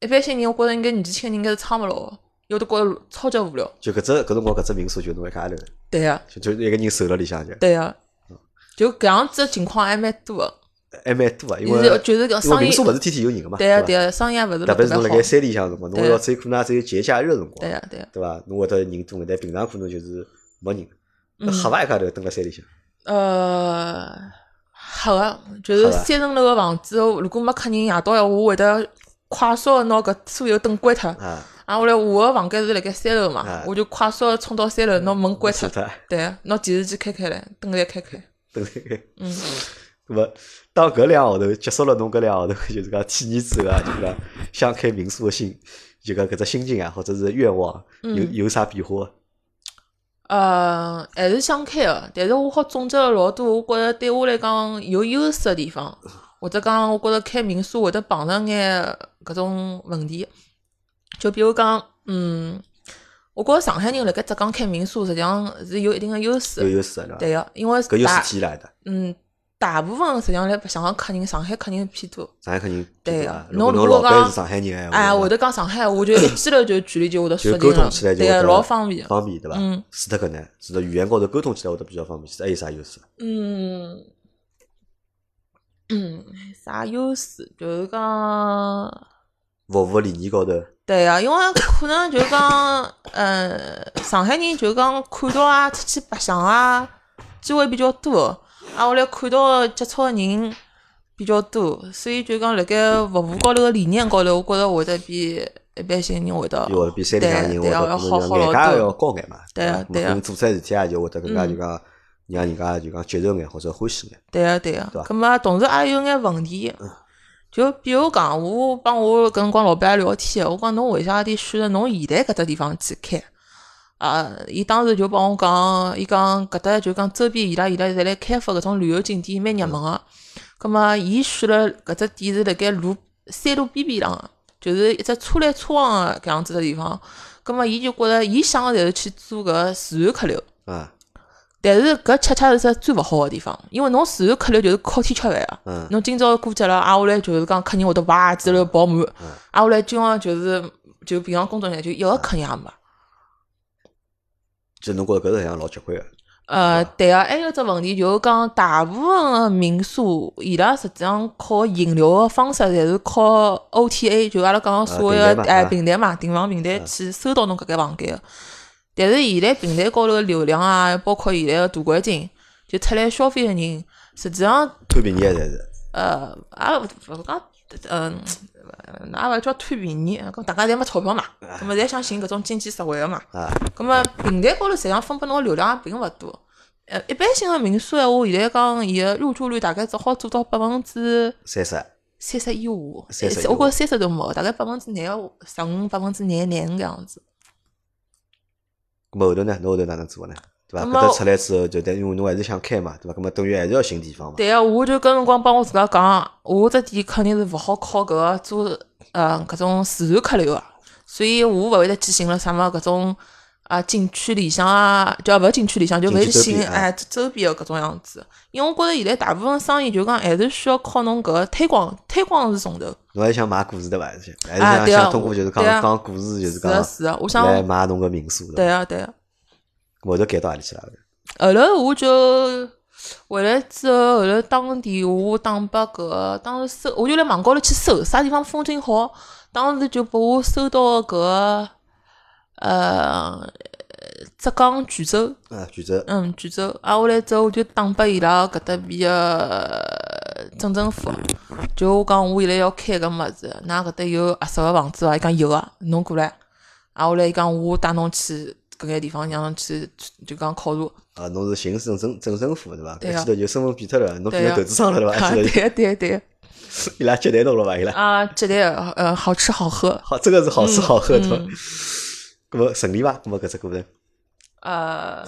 Speaker 2: 一般性人，我觉着应该年纪轻个人应该是撑勿牢个，有得觉着超级无聊。
Speaker 1: 就搿只搿辰光搿只民宿就侬一家头，
Speaker 2: 对呀、
Speaker 1: 就就一个人守辣里向就，
Speaker 2: 对呀、啊
Speaker 1: 嗯
Speaker 2: 就搿样子情况还蛮多个。
Speaker 1: 还蛮多啊，因
Speaker 2: 就
Speaker 1: 为
Speaker 2: 是就是讲
Speaker 1: 因为
Speaker 2: 生意
Speaker 1: 民宿勿是天天有人个嘛，
Speaker 2: 对
Speaker 1: 呀
Speaker 2: 呀对呀，啊生意也勿是
Speaker 1: 特别是
Speaker 2: 特
Speaker 1: 侬辣盖
Speaker 2: 别好。
Speaker 1: 山里向辰光，侬
Speaker 2: 对啊
Speaker 1: 要只可能也只有节假日辰光，
Speaker 2: 对啊呀对呀，
Speaker 1: 对伐？侬会得人多眼，但平常可能就是没人。
Speaker 2: 嗯
Speaker 1: 那黑伐一家头蹲辣山里向，
Speaker 2: 呃，好啊，就是
Speaker 1: 好啊
Speaker 2: 三层楼个房子，哦如果没客人，夜到闲话我会得快速地拿搿所有灯关脱。
Speaker 1: 啊，
Speaker 2: 啊，后来我个房间是辣盖三楼嘛
Speaker 1: 啊，
Speaker 2: 我就快速地冲到三楼，拿门关
Speaker 1: 是
Speaker 2: 脱。
Speaker 1: 的，
Speaker 2: *laughs* 对，拿电视机开开来，灯侪开开。
Speaker 1: 蹲辣盖。
Speaker 2: 嗯，
Speaker 1: 那么当搿两个号头结束了，侬搿两个号头 *laughs* 就是讲体验之后啊，就是讲想开民宿的心，就讲搿只心境啊，或者是愿望，
Speaker 2: 嗯
Speaker 1: 有有啥变化伐？
Speaker 2: 呃，还是想开个，但是我好总结了老多，我觉着对我来讲有优势的地方，或者讲我觉着开民宿会得碰着眼搿种问题，就比如讲，嗯，我觉着上海人辣盖浙江开民宿，实际上是有一定的优
Speaker 1: 有
Speaker 2: 势，
Speaker 1: 优势的，
Speaker 2: 对
Speaker 1: 对伐？
Speaker 2: 个、因为
Speaker 1: 搿优
Speaker 2: 大
Speaker 1: 势体现的，
Speaker 2: 嗯大部分实际上来白相个客人，上海客人偏多，
Speaker 1: 上海肯定
Speaker 2: 对
Speaker 1: 啊
Speaker 2: 啊。
Speaker 1: 如果侬
Speaker 2: 侬如
Speaker 1: 老
Speaker 2: 果
Speaker 1: 板
Speaker 2: 讲
Speaker 1: 是上海人，
Speaker 2: 哎，
Speaker 1: 会
Speaker 2: 会得讲上海话，我觉得一记头就距离就会得
Speaker 1: 就
Speaker 2: 缩
Speaker 1: 沟
Speaker 2: 近
Speaker 1: 通
Speaker 2: 了
Speaker 1: 起来，就
Speaker 2: 对
Speaker 1: 会
Speaker 2: 个，
Speaker 1: 得
Speaker 2: 老方便。
Speaker 1: 方便对伐？
Speaker 2: 嗯，
Speaker 1: 是的，搿能，是的，语言高头沟通起来会得比较方便。其实还有啥优势？
Speaker 2: 嗯，嗯，啥优势？就是讲，
Speaker 1: 服务理念高头，
Speaker 2: 对啊，因为可能就是讲，呃，上海人就是讲看到啊，出去白相啊，机会比较多，啊，我来看到接触的人比较多，所以就讲辣盖服务高头个理念高头，我觉着会得比一般性人会得
Speaker 1: 因为比山里向人会
Speaker 2: 对哦对啊
Speaker 1: 得
Speaker 2: 要好好
Speaker 1: 眼
Speaker 2: 老
Speaker 1: 界
Speaker 2: 多
Speaker 1: 要高眼嘛。
Speaker 2: 对啊
Speaker 1: 伐
Speaker 2: 对啊
Speaker 1: 侬做出来事体啊，就会得更加
Speaker 2: 嗯
Speaker 1: 就讲让人家就讲接受眼或者欢喜眼。
Speaker 2: 对啊个对个
Speaker 1: 对伐，
Speaker 2: 咁么同时也有眼问题，就比如讲，我帮我搿辰光老板聊天，我讲侬为啥得选择侬现在搿只地方去开？啊，伊当时就帮我讲，伊讲搿搭就讲周边伊拉伊拉侪来开发搿种旅游景点，蛮热门个。咁么，伊选了搿只点是辣盖路山路边边浪个，就是一只车来车往个搿样子个地方。咁么，伊就觉着伊想个侪是去做搿自然客流。
Speaker 1: 啊，
Speaker 2: 但是搿恰恰是只最勿好个地方，因为侬自然客流就是靠天吃饭个。
Speaker 1: 嗯，
Speaker 2: 侬今朝过节了，挨下来就是讲客人会得哇之类爆满，
Speaker 1: 嗯
Speaker 2: 挨下来今朝就是就平常工作日就一个客人也没。
Speaker 1: 就侬觉着搿是像老吃亏个。嗯
Speaker 2: 呃，对个、还有只问题就是讲，大部分个民宿伊拉实际上靠引流个方式，侪是靠 OTA，就阿拉讲个所谓
Speaker 1: 啊平台
Speaker 2: 个
Speaker 1: 嘛嗯
Speaker 2: 哎
Speaker 1: 啊
Speaker 2: 平台嘛，订房平台去收到侬搿间房间个。但是现在平台高头个流量啊，包括现在个大环境，就出来消费个人，实际上
Speaker 1: 贪便宜的侪是，
Speaker 2: 呃，也勿勿讲，嗯，啊也勿叫贪便宜，搿大家侪没钞票嘛，葛末侪想寻搿种经济实惠个嘛。
Speaker 1: 啊，
Speaker 2: 葛末平台高头实际上分拨侬个流量也并勿多。呃，一般性个民宿闲话，现在讲伊个入住率大概只好做到百分之
Speaker 1: 三十，
Speaker 2: 三十以下，
Speaker 1: 30以下
Speaker 2: 我觉着三十都没，大概百分之廿十五、百分之廿廿五搿样子。
Speaker 1: 咁么后头呢？侬后头哪能做呢？对伐？
Speaker 2: 咁
Speaker 1: 搿
Speaker 2: 么
Speaker 1: 搭出来之后，就但因为侬还是想开嘛，对伐？咁么等于还是要寻地方嘛。
Speaker 2: 对个，我就搿辰光帮我自家讲，我只店肯定是勿好靠搿个做呃搿种自然客流个，所以我勿会得去寻了啥么搿种啊景区里向啊，就勿是景区里向，就勿会去
Speaker 1: 景区周
Speaker 2: 寻
Speaker 1: 边啊
Speaker 2: 哎周边个搿种样子，因为我觉着现在大部分生意就讲还是需要靠侬搿个推广，推广是重头。
Speaker 1: 侬还想买故事对伐？还是还是
Speaker 2: 啊
Speaker 1: 想
Speaker 2: 对啊
Speaker 1: 想通过就是讲
Speaker 2: 对啊
Speaker 1: 讲故事，就是
Speaker 2: 是个是啊个，我想
Speaker 1: 讲来买侬个民宿
Speaker 2: 对啊
Speaker 1: 伐？
Speaker 2: 个对个。
Speaker 1: 咁后头改到何里去了？
Speaker 2: 后头我就回来之后，后头打个电话打拨搿个，当时搜我就辣网高头去搜，啥地方风景好，当时就拨我搜到搿个呃浙江衢州，
Speaker 1: 啊，衢州
Speaker 2: 嗯衢州，啊我来之后我就打拨伊拉搿搭边个镇政府，就我讲我现在要开搿物事，㑚搿搭有合适个房子伐？伊讲有啊，侬过来，啊我来伊讲我带侬去搿眼地方，让侬去就讲考察。
Speaker 1: 啊，侬是寻镇政镇政府对伐？
Speaker 2: 对
Speaker 1: 一
Speaker 2: 啊
Speaker 1: 记头就身份变脱了，侬变成
Speaker 2: 对啊
Speaker 1: 投资商了对伐？
Speaker 2: *laughs* 啊，
Speaker 1: *laughs* 一记头
Speaker 2: 对对对，
Speaker 1: 伊拉接待侬了伐？伊拉
Speaker 2: 啊，这里呃好吃好喝，
Speaker 1: *laughs* 好，这个是好吃好喝对伐 *laughs*
Speaker 2: 嗯？
Speaker 1: 咁么顺利伐？咁么搿只过程
Speaker 2: 呃，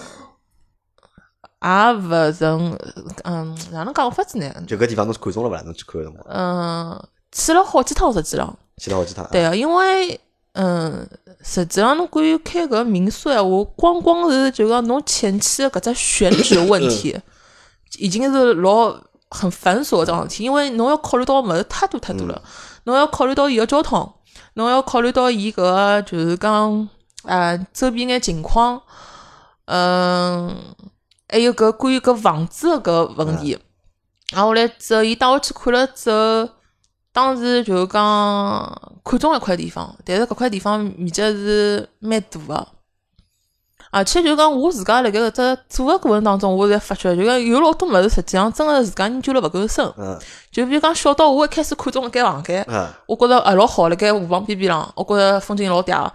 Speaker 2: 也勿成，嗯，哪能讲法子呢？
Speaker 1: 就搿地方侬是看中了伐？侬去看个辰光，
Speaker 2: 嗯，去了好几趟实际上，
Speaker 1: 去了好几趟啊。
Speaker 2: 对啊，因为嗯，实际上侬关于开搿民宿闲话，光光是就讲侬前期的搿只选址问题，已经是老很繁琐的桩事体，因为侬要考虑到物事太多太多了，侬要考虑到伊个交通，侬要考虑到伊搿个就是讲啊周边眼情况，嗯，还有搿关于搿房子的搿问题。然后来之后，伊带我去看了之后，当时就是讲看中一块地方，但是搿块地方面积是蛮大个，而且就是讲我自家辣盖搿只做个过程当中，我才发觉就是讲有老多物事实际上真个自家研究了勿够深，
Speaker 1: 嗯
Speaker 2: 就比如讲小到我一开始看中一间房间，
Speaker 1: 啊，
Speaker 2: 我觉着啊老好，辣盖河浜边边浪，我觉着风景老嗲个。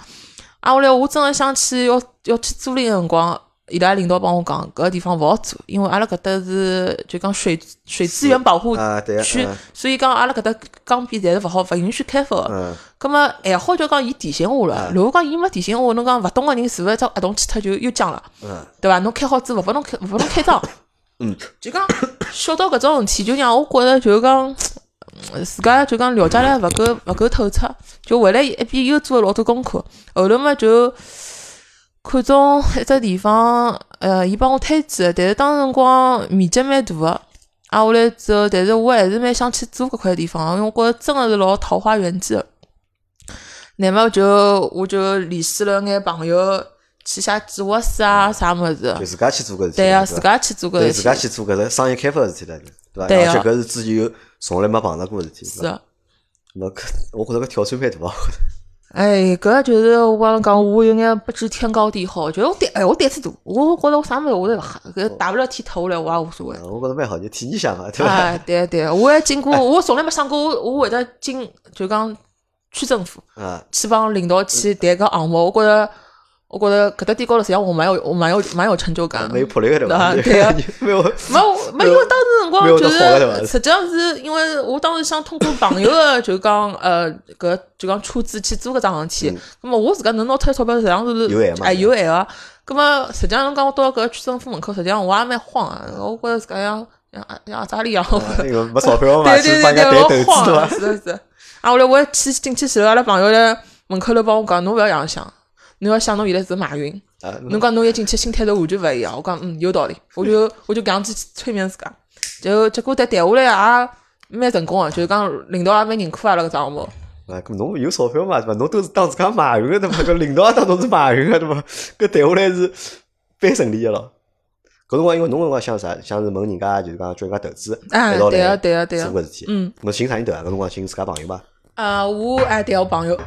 Speaker 2: 啊，后来我真个想去要要去租赁个辰光，伊拉领导帮我讲，搿个地方勿好做，因为阿拉搿搭是就讲水水资源保护
Speaker 1: 啊对啊
Speaker 2: 区
Speaker 1: 嗯，
Speaker 2: 所以讲阿拉搿搭钢边侪是勿好，勿允许开发个。
Speaker 1: 嗯，
Speaker 2: 葛末还好就讲伊提醒我了，如果讲伊没提醒我，侬讲勿懂个人是勿是只合同签脱就又僵了，
Speaker 1: 嗯
Speaker 2: 对伐？侬开好之后勿拨侬开，勿拨侬开张，
Speaker 1: 嗯，
Speaker 2: 就讲小到搿种事体，就让我觉着就讲。嗯自家就讲了解了勿够勿够透彻，就回来一边又做了老多功课，后头嘛就看中一只地方，呃，伊帮我推荐的，但是当时辰光面积蛮大个，挨下来之后，但是我还是蛮想去做搿块地方，因为我觉着真个是老桃花源记个。乃末就我就联系了眼朋友，去写计划书啊啥物事
Speaker 1: 就，自家去做搿事体了，
Speaker 2: 对啊，
Speaker 1: 伐
Speaker 2: 自家去做搿
Speaker 1: 对
Speaker 2: 事
Speaker 1: 自
Speaker 2: 体
Speaker 1: 家。去做搿只商业开发的事体了，对伐？
Speaker 2: 对啊
Speaker 1: 而且搿是之前有从来没碰着过的事体，
Speaker 2: 是啊
Speaker 1: 对伐
Speaker 2: 的。
Speaker 1: 那搿我觉着搿挑战蛮大啊，
Speaker 2: 哎，搿就是我帮侬讲，我有眼不知天高地厚，就是我胆，哎，我胆子大，我觉着我啥物事我侪勿吓，搿大不了天塌下来我也无所谓。
Speaker 1: *laughs* 我觉着蛮好，就体验一下嘛， *laughs* 对伐？
Speaker 2: 哎，对对，我还经过，我从来没想过我我会得进，就讲区政府
Speaker 1: 啊，
Speaker 2: 去帮领导去谈搿项目，我觉着，我觉着搿搭地高头实际上我蛮有，我蛮有，蛮有成就感的。
Speaker 1: 蛮有魄力个对伐？
Speaker 2: 啊对啊
Speaker 1: *laughs* 没有，
Speaker 2: 没有没有，因为当时辰光
Speaker 1: 没有
Speaker 2: 就
Speaker 1: 得好的对吧
Speaker 2: 是，实际上是因为我当时想通过朋友的，就讲呃搿就讲出资去做搿桩事体
Speaker 1: 嗯，
Speaker 2: 那么我自家能拿出来钞票，实际上是
Speaker 1: 有限嘛
Speaker 2: 哎有限个。那么实际上侬讲我到搿区政府门口，实际上我也蛮慌啊，我觉着自家像像像阿扎里一样，
Speaker 1: *laughs*
Speaker 2: 我 *laughs* 觉得
Speaker 1: 因为没钞票
Speaker 2: *laughs*
Speaker 1: 嘛，
Speaker 2: 对
Speaker 1: 去
Speaker 2: 啊对
Speaker 1: 帮人
Speaker 2: 对
Speaker 1: 家谈
Speaker 2: 对，
Speaker 1: 投资
Speaker 2: 我慌
Speaker 1: 对
Speaker 2: 啊，
Speaker 1: 伐？
Speaker 2: 是的是的。啊，后来我还去进去前头，阿拉朋友来门口头帮我讲，侬勿要想想，侬要想侬现在是马云。
Speaker 1: *laughs* 啊，
Speaker 2: 侬讲侬一进去心态是完全勿一样。我讲嗯有道理，我 *laughs* 就我就搿样子催眠自家，就结果但谈下来也蛮成功个，啊就是讲领导也蛮认可阿拉搿只项目。
Speaker 1: 啊，搿侬有钞票嘛，对伐？侬都是当自家马云个对伐？搿领导也当侬是马云个对伐？搿谈下来是蛮顺利个咯。搿辰光因为侬搿辰光想啥，想是问人家就是讲叫人家投资，
Speaker 2: 啊
Speaker 1: 一道
Speaker 2: 对
Speaker 1: 来
Speaker 2: 啊对啊对啊
Speaker 1: 做搿事体。
Speaker 2: 嗯，
Speaker 1: 侬寻啥人投啊？搿辰光寻自家朋友伐？
Speaker 2: 啊，我哎对啊，我朋 *coughs* 友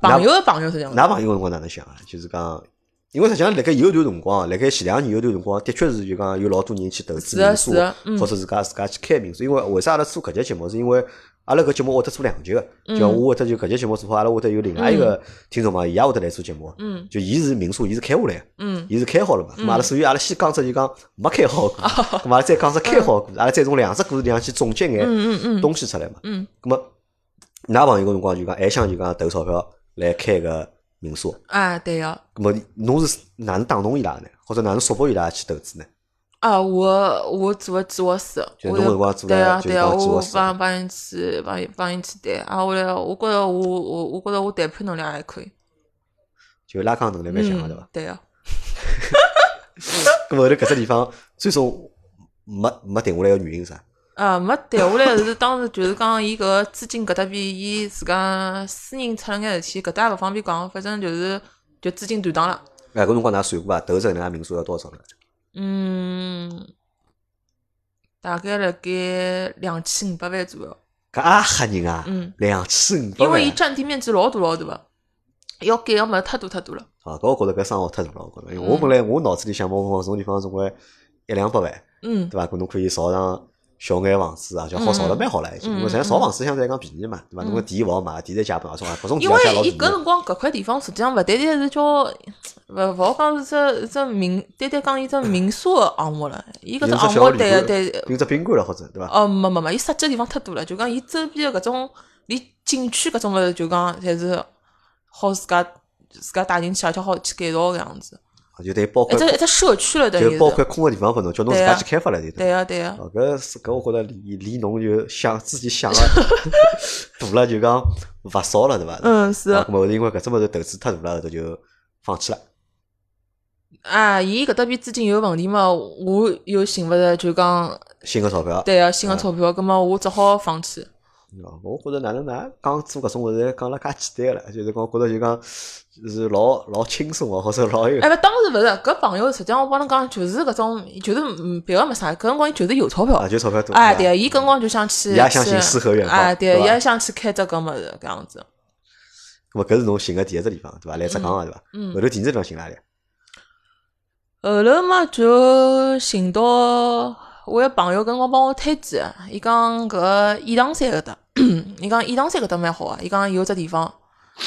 Speaker 2: 朋友个朋友是这样子。
Speaker 1: 㑚朋友搿辰光哪能想啊？就是讲，因为实际上辣盖有段辰光，辣盖前两年有段辰光，的确是就讲有老多人去投资
Speaker 2: 是的
Speaker 1: 民宿
Speaker 2: 是的，嗯
Speaker 1: 或者自家自家去开民宿。因为为啥阿拉做搿节节目？是因为阿拉搿节目会得做两集个，就
Speaker 2: 嗯
Speaker 1: 像我会得就搿节节目做好，阿拉会得有另外一个听众朋友，伊也会得来做节目。
Speaker 2: 嗯
Speaker 1: 就伊是民宿，伊是开下来的，
Speaker 2: 嗯哦
Speaker 1: 伊是开好了嘛。咁嘛阿拉所以阿拉先讲只就讲没开好的故事，咁嘛阿拉再讲只开好的故事，阿拉再从两只故事里向去总结眼
Speaker 2: 嗯嗯嗯
Speaker 1: 东西出来嘛。
Speaker 2: 嗯，
Speaker 1: 咁么，㑚朋友搿辰光就讲还想就讲投钞票来开个民宿，
Speaker 2: 啊对啊。
Speaker 1: 咁么侬是哪能打动伊拉呢？或者哪能说服伊拉去投资呢？
Speaker 2: 啊，我我做个计划书，
Speaker 1: 就
Speaker 2: 我
Speaker 1: 侬搿辰
Speaker 2: 就
Speaker 1: 光做
Speaker 2: 对
Speaker 1: 了
Speaker 2: 啊
Speaker 1: 就
Speaker 2: 对啊，
Speaker 1: 讲计划
Speaker 2: 我
Speaker 1: 书
Speaker 2: 帮帮伊去帮伊帮伊去谈，啊后来我觉着我我我觉着我谈判能力还可以，
Speaker 1: 就拉杠能力蛮强个对伐
Speaker 2: 嗯？对啊，
Speaker 1: 咁么后啊头搿只地方最终没没定下来个原因是啥？
Speaker 2: 啊，没谈下来是当时就是讲伊搿个资金搿搭边，伊自家私人出了眼事体，搿搭也勿方便讲，反正就是就资金断档了。
Speaker 1: 哎，搿辰光㑚算过伐？投资搿能介民宿要多少呢？
Speaker 2: 嗯，大概辣盖两千五百万左右，
Speaker 1: 搿也吓人啊！
Speaker 2: 嗯，
Speaker 1: 两千五百
Speaker 2: 因
Speaker 1: 万啊
Speaker 2: 为伊。占地面积老大老大个，要改个物事太多太多了。
Speaker 1: 啊，搿我觉着搿生活太大了，我觉着，因为我本来我脑子里想，我往种地方总归一两百万，
Speaker 2: 嗯
Speaker 1: 对伐？搿侬可以造上小眼房子啊，就好造了蛮好了，已
Speaker 2: 嗯
Speaker 1: 经。因为实际上造房子相对来讲便宜嘛，对伐？侬搿地勿好买，地在借本啊，种啊，各种地
Speaker 2: 因
Speaker 1: 也
Speaker 2: 为
Speaker 1: 借老
Speaker 2: 伊
Speaker 1: 便宜
Speaker 2: 搿。辰光搿块地方实际上勿单单是叫，勿勿好讲是只是只民，单单讲伊只民宿个项目了，伊�搿
Speaker 1: 有
Speaker 2: 只
Speaker 1: 只
Speaker 2: 项
Speaker 1: 小
Speaker 2: 目
Speaker 1: 旅
Speaker 2: 对
Speaker 1: 馆
Speaker 2: 对
Speaker 1: 有只宾馆了，或者对伐？
Speaker 2: 哦，没没没，伊涉及的地方太多了，就讲伊周边的搿种，连景区搿种物事，就讲侪是好自家自家带进去，而且好去改造搿样子，
Speaker 1: 啊就等于包
Speaker 2: 一
Speaker 1: 括
Speaker 2: 只一只社区了等
Speaker 1: 就
Speaker 2: 于
Speaker 1: 包
Speaker 2: 是。
Speaker 1: 括空个地方拨侬，叫侬自
Speaker 2: 对
Speaker 1: 家
Speaker 2: 啊
Speaker 1: 去开发了，对伐？
Speaker 2: 对啊对啊，
Speaker 1: 哦，搿是搿，我觉着离离侬就想自己想个 *laughs* 大了，就讲勿少了，对伐？
Speaker 2: 嗯是
Speaker 1: 啊。，咾么后头因为搿只物事投资太大了，后头就放弃了。嗯
Speaker 2: 啊，伊搿搭边资金有问题嘛，我又寻勿着，就讲
Speaker 1: 新个钞票，
Speaker 2: 对啊，新个钞票，葛末我只好放弃。
Speaker 1: 哦，我觉着哪能哪讲做搿种物事讲了介简单了，就是讲觉着就讲是老老轻松哦，或者老有
Speaker 2: 哎，勿，当时勿是，搿朋友实际上我帮侬讲，就是搿种，就是嗯别个没啥，搿辰光伊就是有钞票
Speaker 1: 啊，，就钞票多
Speaker 2: 哎，
Speaker 1: 是吧
Speaker 2: 对啊，伊搿辰光就想去，
Speaker 1: 伊也相信
Speaker 2: 去
Speaker 1: 诗和远方
Speaker 2: 哎，对啊，
Speaker 1: 对
Speaker 2: 伊
Speaker 1: 吧
Speaker 2: 也想去开只搿物事搿样子。
Speaker 1: 咾么搿是侬寻个第一只地方对伐？来浙江个对伐？
Speaker 2: 嗯
Speaker 1: 后头第二只地方寻哪里？啊
Speaker 2: 后头嘛就寻到我一朋友跟我帮我推荐，伊讲搿颐塘山搿搭， *clears throat* 伊讲颐塘山搿搭蛮好啊，伊讲有只地方，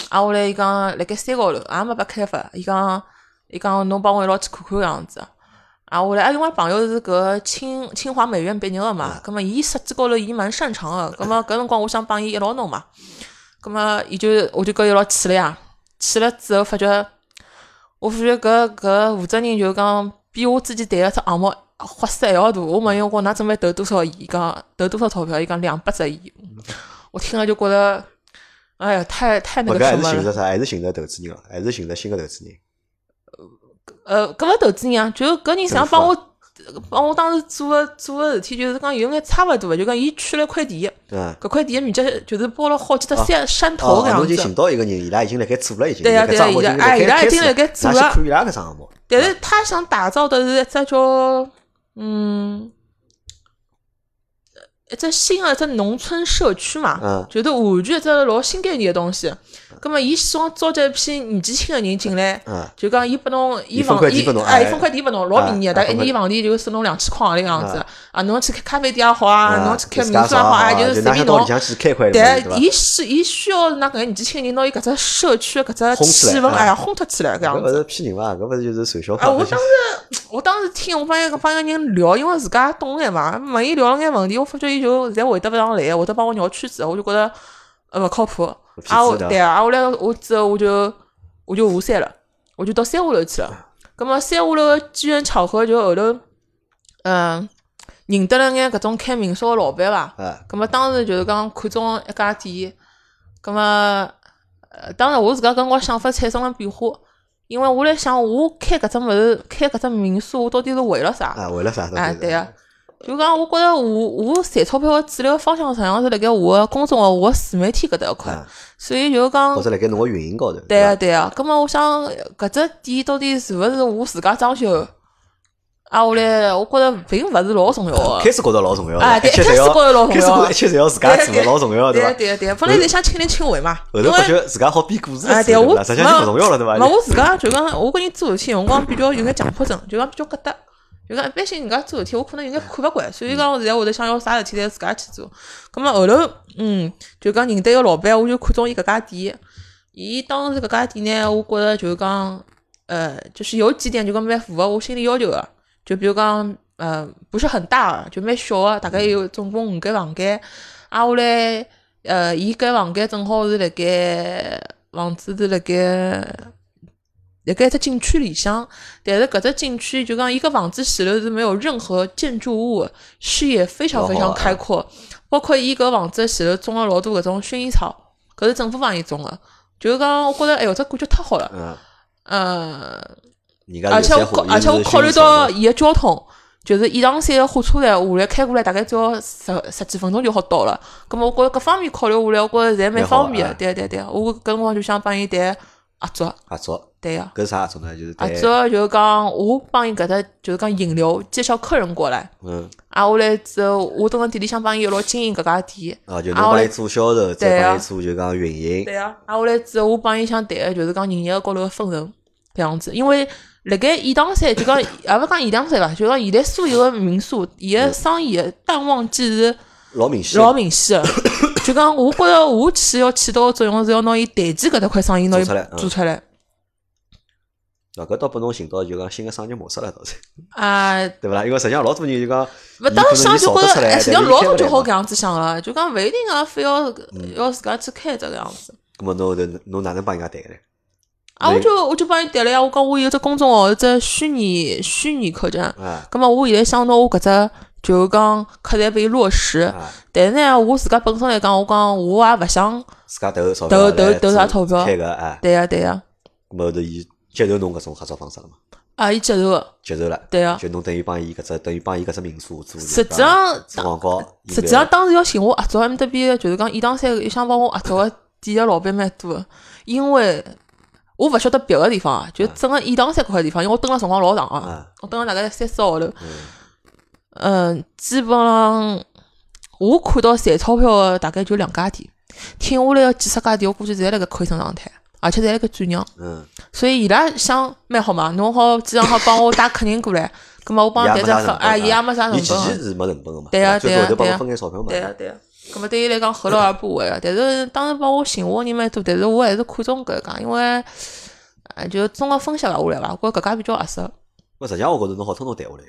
Speaker 2: 啊后来伊讲辣盖山高头，也没被开发，伊讲伊讲侬帮我一道去看看样子。啊，我来，因为朋友是搿清清华美院毕业个嘛，葛末伊设计高头伊蛮擅长个，葛末搿辰光我想帮伊一道弄嘛，葛末伊就我就跟伊一道去了呀，去了之后发觉，我发觉搿搿负责人就讲比我之前谈个只项目花色还要大，我问伊我讲㑚准备投多少亿，伊讲投多少钞票，伊讲两百只亿，我听了就觉得，哎呀，太太那
Speaker 1: 勿
Speaker 2: 个
Speaker 1: 搿还
Speaker 2: 什
Speaker 1: 是
Speaker 2: 么
Speaker 1: 寻
Speaker 2: 了。
Speaker 1: 着啥？还是寻着投资人了，还是寻着新个投资人。
Speaker 2: 呃，搿勿投资人啊，就搿人实际上
Speaker 1: 政府啊
Speaker 2: 帮我帮我当时做个做个事体，就是讲有眼差勿多的，就讲伊圈了一块地，
Speaker 1: 嗯，
Speaker 2: 搿块地的面积就是包了好几只山山头
Speaker 1: 哦侬
Speaker 2: 搿，样
Speaker 1: 已经寻
Speaker 2: 子。
Speaker 1: 到一个人，伊拉已经辣盖做了，已经。
Speaker 2: 对呀
Speaker 1: 辣盖
Speaker 2: 对呀
Speaker 1: 账目
Speaker 2: 伊拉
Speaker 1: 经辣盖
Speaker 2: 哎伊拉
Speaker 1: 开
Speaker 2: 已经
Speaker 1: 始
Speaker 2: 辣盖做
Speaker 1: 㑚去
Speaker 2: 了
Speaker 1: 看伊拉搿只项目。
Speaker 2: 但是他想打造的是一只叫嗯。呃一只新的一只农村社区嘛，
Speaker 1: 嗯
Speaker 2: 就是完全一只老新概念的东西。葛么，伊希望召集一批年纪轻的人进来，
Speaker 1: 嗯，
Speaker 2: 就讲伊拨侬，伊
Speaker 1: 伊分
Speaker 2: 房
Speaker 1: 块地
Speaker 2: 伊
Speaker 1: 拨侬
Speaker 2: 哎，
Speaker 1: 哎
Speaker 2: 一分块地拨侬，老便宜
Speaker 1: 哎
Speaker 2: 的，大概
Speaker 1: 分
Speaker 2: 一
Speaker 1: 块
Speaker 2: 年房钿就收侬两千块钿个样子
Speaker 1: 啊。
Speaker 2: 啊，侬去开咖啡店也好啊，侬去开
Speaker 1: 嗯自
Speaker 2: 民
Speaker 1: 家
Speaker 2: 宿也
Speaker 1: 啥
Speaker 2: 好啊，
Speaker 1: 就是
Speaker 2: 随
Speaker 1: 拿
Speaker 2: 便
Speaker 1: 到里
Speaker 2: 侬。
Speaker 1: 向去开块
Speaker 2: 但
Speaker 1: 对伐？
Speaker 2: 伊需伊需要那个年纪轻人拿伊搿只社区搿只
Speaker 1: 烘起来
Speaker 2: 气氛，
Speaker 1: 啊
Speaker 2: 哎呀，烘托起来搿样
Speaker 1: 搿勿
Speaker 2: 子。
Speaker 1: 是骗人伐？搿勿是就是传销
Speaker 2: 啊，我
Speaker 1: 伐？
Speaker 2: 当时我当时听我帮一个帮一个人聊，因为自家懂眼嘛，问伊聊了眼问题，我发觉伊就现在回答勿上来，会得帮我绕圈子，我就觉得呃勿靠谱。
Speaker 1: 骗
Speaker 2: 啊，我
Speaker 1: 子的
Speaker 2: 对啊，啊我来我之后我就我就下山了，我就到三下楼去了。咁么三下楼的机缘巧合就后头，嗯，认得了眼搿种开民宿的老板伐。
Speaker 1: 啊，
Speaker 2: 咁么当时就是讲看中一家店，咁么呃，当然我自家跟我想法产生了变化，因为我来想我开搿只物事，开搿只民宿，我到底是为了啥？
Speaker 1: 啊，为了啥？
Speaker 2: 哎，对啊，就讲我觉着我我赚钞票个主流方向实际上是辣盖我个公众号、我自媒体搿搭一块，
Speaker 1: 啊
Speaker 2: 所以就讲
Speaker 1: 或，者辣盖侬个运营高头。
Speaker 2: 对啊
Speaker 1: 伐
Speaker 2: 对啊，葛末我想搿只店到底是勿是我自家装修？啊，我来我觉着并勿是老重要个。
Speaker 1: 开始觉着老重要的，
Speaker 2: 啊对
Speaker 1: 一切侪
Speaker 2: 开始觉着
Speaker 1: 要
Speaker 2: 老重
Speaker 1: 开始
Speaker 2: 要
Speaker 1: 觉着一切侪要自家做
Speaker 2: 对
Speaker 1: 的，
Speaker 2: 啊
Speaker 1: 老重要的
Speaker 2: 对
Speaker 1: 对
Speaker 2: 啊
Speaker 1: 伐？
Speaker 2: 对啊对啊，本来是想亲力亲为嘛，
Speaker 1: 后
Speaker 2: 因
Speaker 1: 头发
Speaker 2: 为
Speaker 1: 觉自家好编故事
Speaker 2: 啊
Speaker 1: 了，
Speaker 2: 对
Speaker 1: 伐？
Speaker 2: 我
Speaker 1: 实际上就勿重要了，对伐？
Speaker 2: 没我自家就讲我跟人做事体辰光比较有眼强迫症，就讲比较疙瘩。就讲一般性人家做事体，我可能有眼看勿惯，所以讲我现在会得想要啥事体侪自家去做。咁么后头，嗯，就讲认得一个老板，我就看中伊搿家店。伊当时搿家店呢，我觉着就讲，呃，就是有几点就讲蛮符合我心理要求的，就比如讲，呃，不是很大啊，就蛮小的，大
Speaker 1: 嗯
Speaker 2: 概有总共五间房间。啊，我来，呃，伊搿房间正好是辣盖房子是辣盖。辣盖一只景区里向，但是搿只景区就讲一个房子前头是没有任何建筑物，视野非常非
Speaker 1: 老好
Speaker 2: 常
Speaker 1: 啊
Speaker 2: 开阔，包括伊搿房子前头种了老多搿种薰衣草，搿是政府帮伊种个，就是讲我觉着哎哟，这感觉太好了，
Speaker 1: 嗯，
Speaker 2: 呃，
Speaker 1: 人家
Speaker 2: 而且我
Speaker 1: 有些
Speaker 2: 考
Speaker 1: 货
Speaker 2: 而且我考虑
Speaker 1: 有
Speaker 2: 到
Speaker 1: 些是
Speaker 2: 伊个交通，就是一上山个火车站下来开过来，大概只要十十几分钟就好到了。咁么我觉着各方面考虑下来，我觉着侪蛮
Speaker 1: 蛮好
Speaker 2: 方便
Speaker 1: 啊
Speaker 2: 个。对对对，我搿辰光就想帮伊谈合作，
Speaker 1: 合作，
Speaker 2: 对个。
Speaker 1: 啊搿是啥合作呢？就是
Speaker 2: 合
Speaker 1: 对，
Speaker 2: 作就是讲我帮伊搿搭就是讲引流，介绍客人过来。
Speaker 1: 嗯，
Speaker 2: 啊，下来之后，我蹲辣店里向帮伊一道经营搿家店。
Speaker 1: 啊，就侬
Speaker 2: 啊我
Speaker 1: 帮
Speaker 2: 来
Speaker 1: 伊做销售，
Speaker 2: 对
Speaker 1: 再
Speaker 2: 啊
Speaker 1: 帮伊做就讲运营，
Speaker 2: 对啊，啊，下来之后我帮伊想谈个就是讲营业额高头个分成搿样子，因为辣盖雁荡山就讲也勿讲雁荡山伐，就讲现在所有个民宿伊
Speaker 1: 嗯
Speaker 2: 个生意个淡旺季是
Speaker 1: 老明显，
Speaker 2: 老明显个。 *coughs* 就讲我觉着我起要起到个作用是要拿伊淡季搿搭块生意拿伊
Speaker 1: 做出来嗯
Speaker 2: 做出来。
Speaker 1: 啊，搿倒拨侬寻到就讲新个商业模式了，倒是，
Speaker 2: 啊，
Speaker 1: *laughs* 对勿啦？因为实际上老多人就讲，
Speaker 2: 勿当时想就觉
Speaker 1: 觉
Speaker 2: 着，哎，实际上老早就好搿
Speaker 1: 讲。
Speaker 2: 样子想了，就讲勿一定啊，非要
Speaker 1: 嗯
Speaker 2: 要自家去开只搿样子。
Speaker 1: 咾么侬后头侬哪能帮人家谈个呢？
Speaker 2: 啊，
Speaker 1: 那
Speaker 2: 我就我就帮伊谈了呀，我讲我有只公众号，有只虚拟虚拟课程，
Speaker 1: 啊
Speaker 2: 咁么我现在想拿我搿只就是讲客栈被落实，
Speaker 1: 啊，
Speaker 2: 但是呢，我自家本身来讲，我讲我也勿想，
Speaker 1: 自家投钞票
Speaker 2: 投投
Speaker 1: 来
Speaker 2: 投啥
Speaker 1: 做
Speaker 2: 钞票
Speaker 1: 开个啊，
Speaker 2: 对呀、对呀、
Speaker 1: 咾么后头伊接受侬搿种合作方式了嘛？
Speaker 2: 啊，伊接受个，
Speaker 1: 接受了，
Speaker 2: 对啊
Speaker 1: 就侬等于帮伊搿只等于帮伊搿只民宿做，
Speaker 2: 实际上
Speaker 1: 做广告，
Speaker 2: 实际上当时要寻我啊合作 M W B 就是讲伊当三个想帮我合啊作个店个老板蛮多的，啊因为我勿晓得别个地方啊，就整个雁荡山搿块地方，因为我蹲了辰光老长啊
Speaker 1: 啊，
Speaker 2: 我蹲了大概三四个号头，
Speaker 1: 嗯
Speaker 2: 嗯，基本上我看到赚钞票的大概就两家店，停下来的几十家店，我估计侪辣盖亏损状态，而且侪辣盖转让。
Speaker 1: 嗯，
Speaker 2: 所以伊拉想蛮好嘛，侬好既然好帮我带客人过来，葛末我帮
Speaker 1: 伊
Speaker 2: 伊
Speaker 1: 也
Speaker 2: 谈
Speaker 1: 没
Speaker 2: 只
Speaker 1: 啥
Speaker 2: 合，
Speaker 1: 成本
Speaker 2: 哎，伊也没啥
Speaker 1: 伊前
Speaker 2: 成
Speaker 1: 期
Speaker 2: 本。
Speaker 1: 是没成本个嘛，
Speaker 2: 对
Speaker 1: 呀
Speaker 2: 呀
Speaker 1: 最
Speaker 2: 对
Speaker 1: 后
Speaker 2: 呀
Speaker 1: 头帮
Speaker 2: 对
Speaker 1: 侬
Speaker 2: 呀
Speaker 1: 分眼钞票嘛，
Speaker 2: 对啊个对个，葛末对伊来讲何乐而不为啊？但是当时帮我寻我个人蛮多，但是我还是看中搿一家，因为哎就综合分析了下来伐，我觉着搿家比较合适。
Speaker 1: 我实际上我觉着侬好通通谈下来。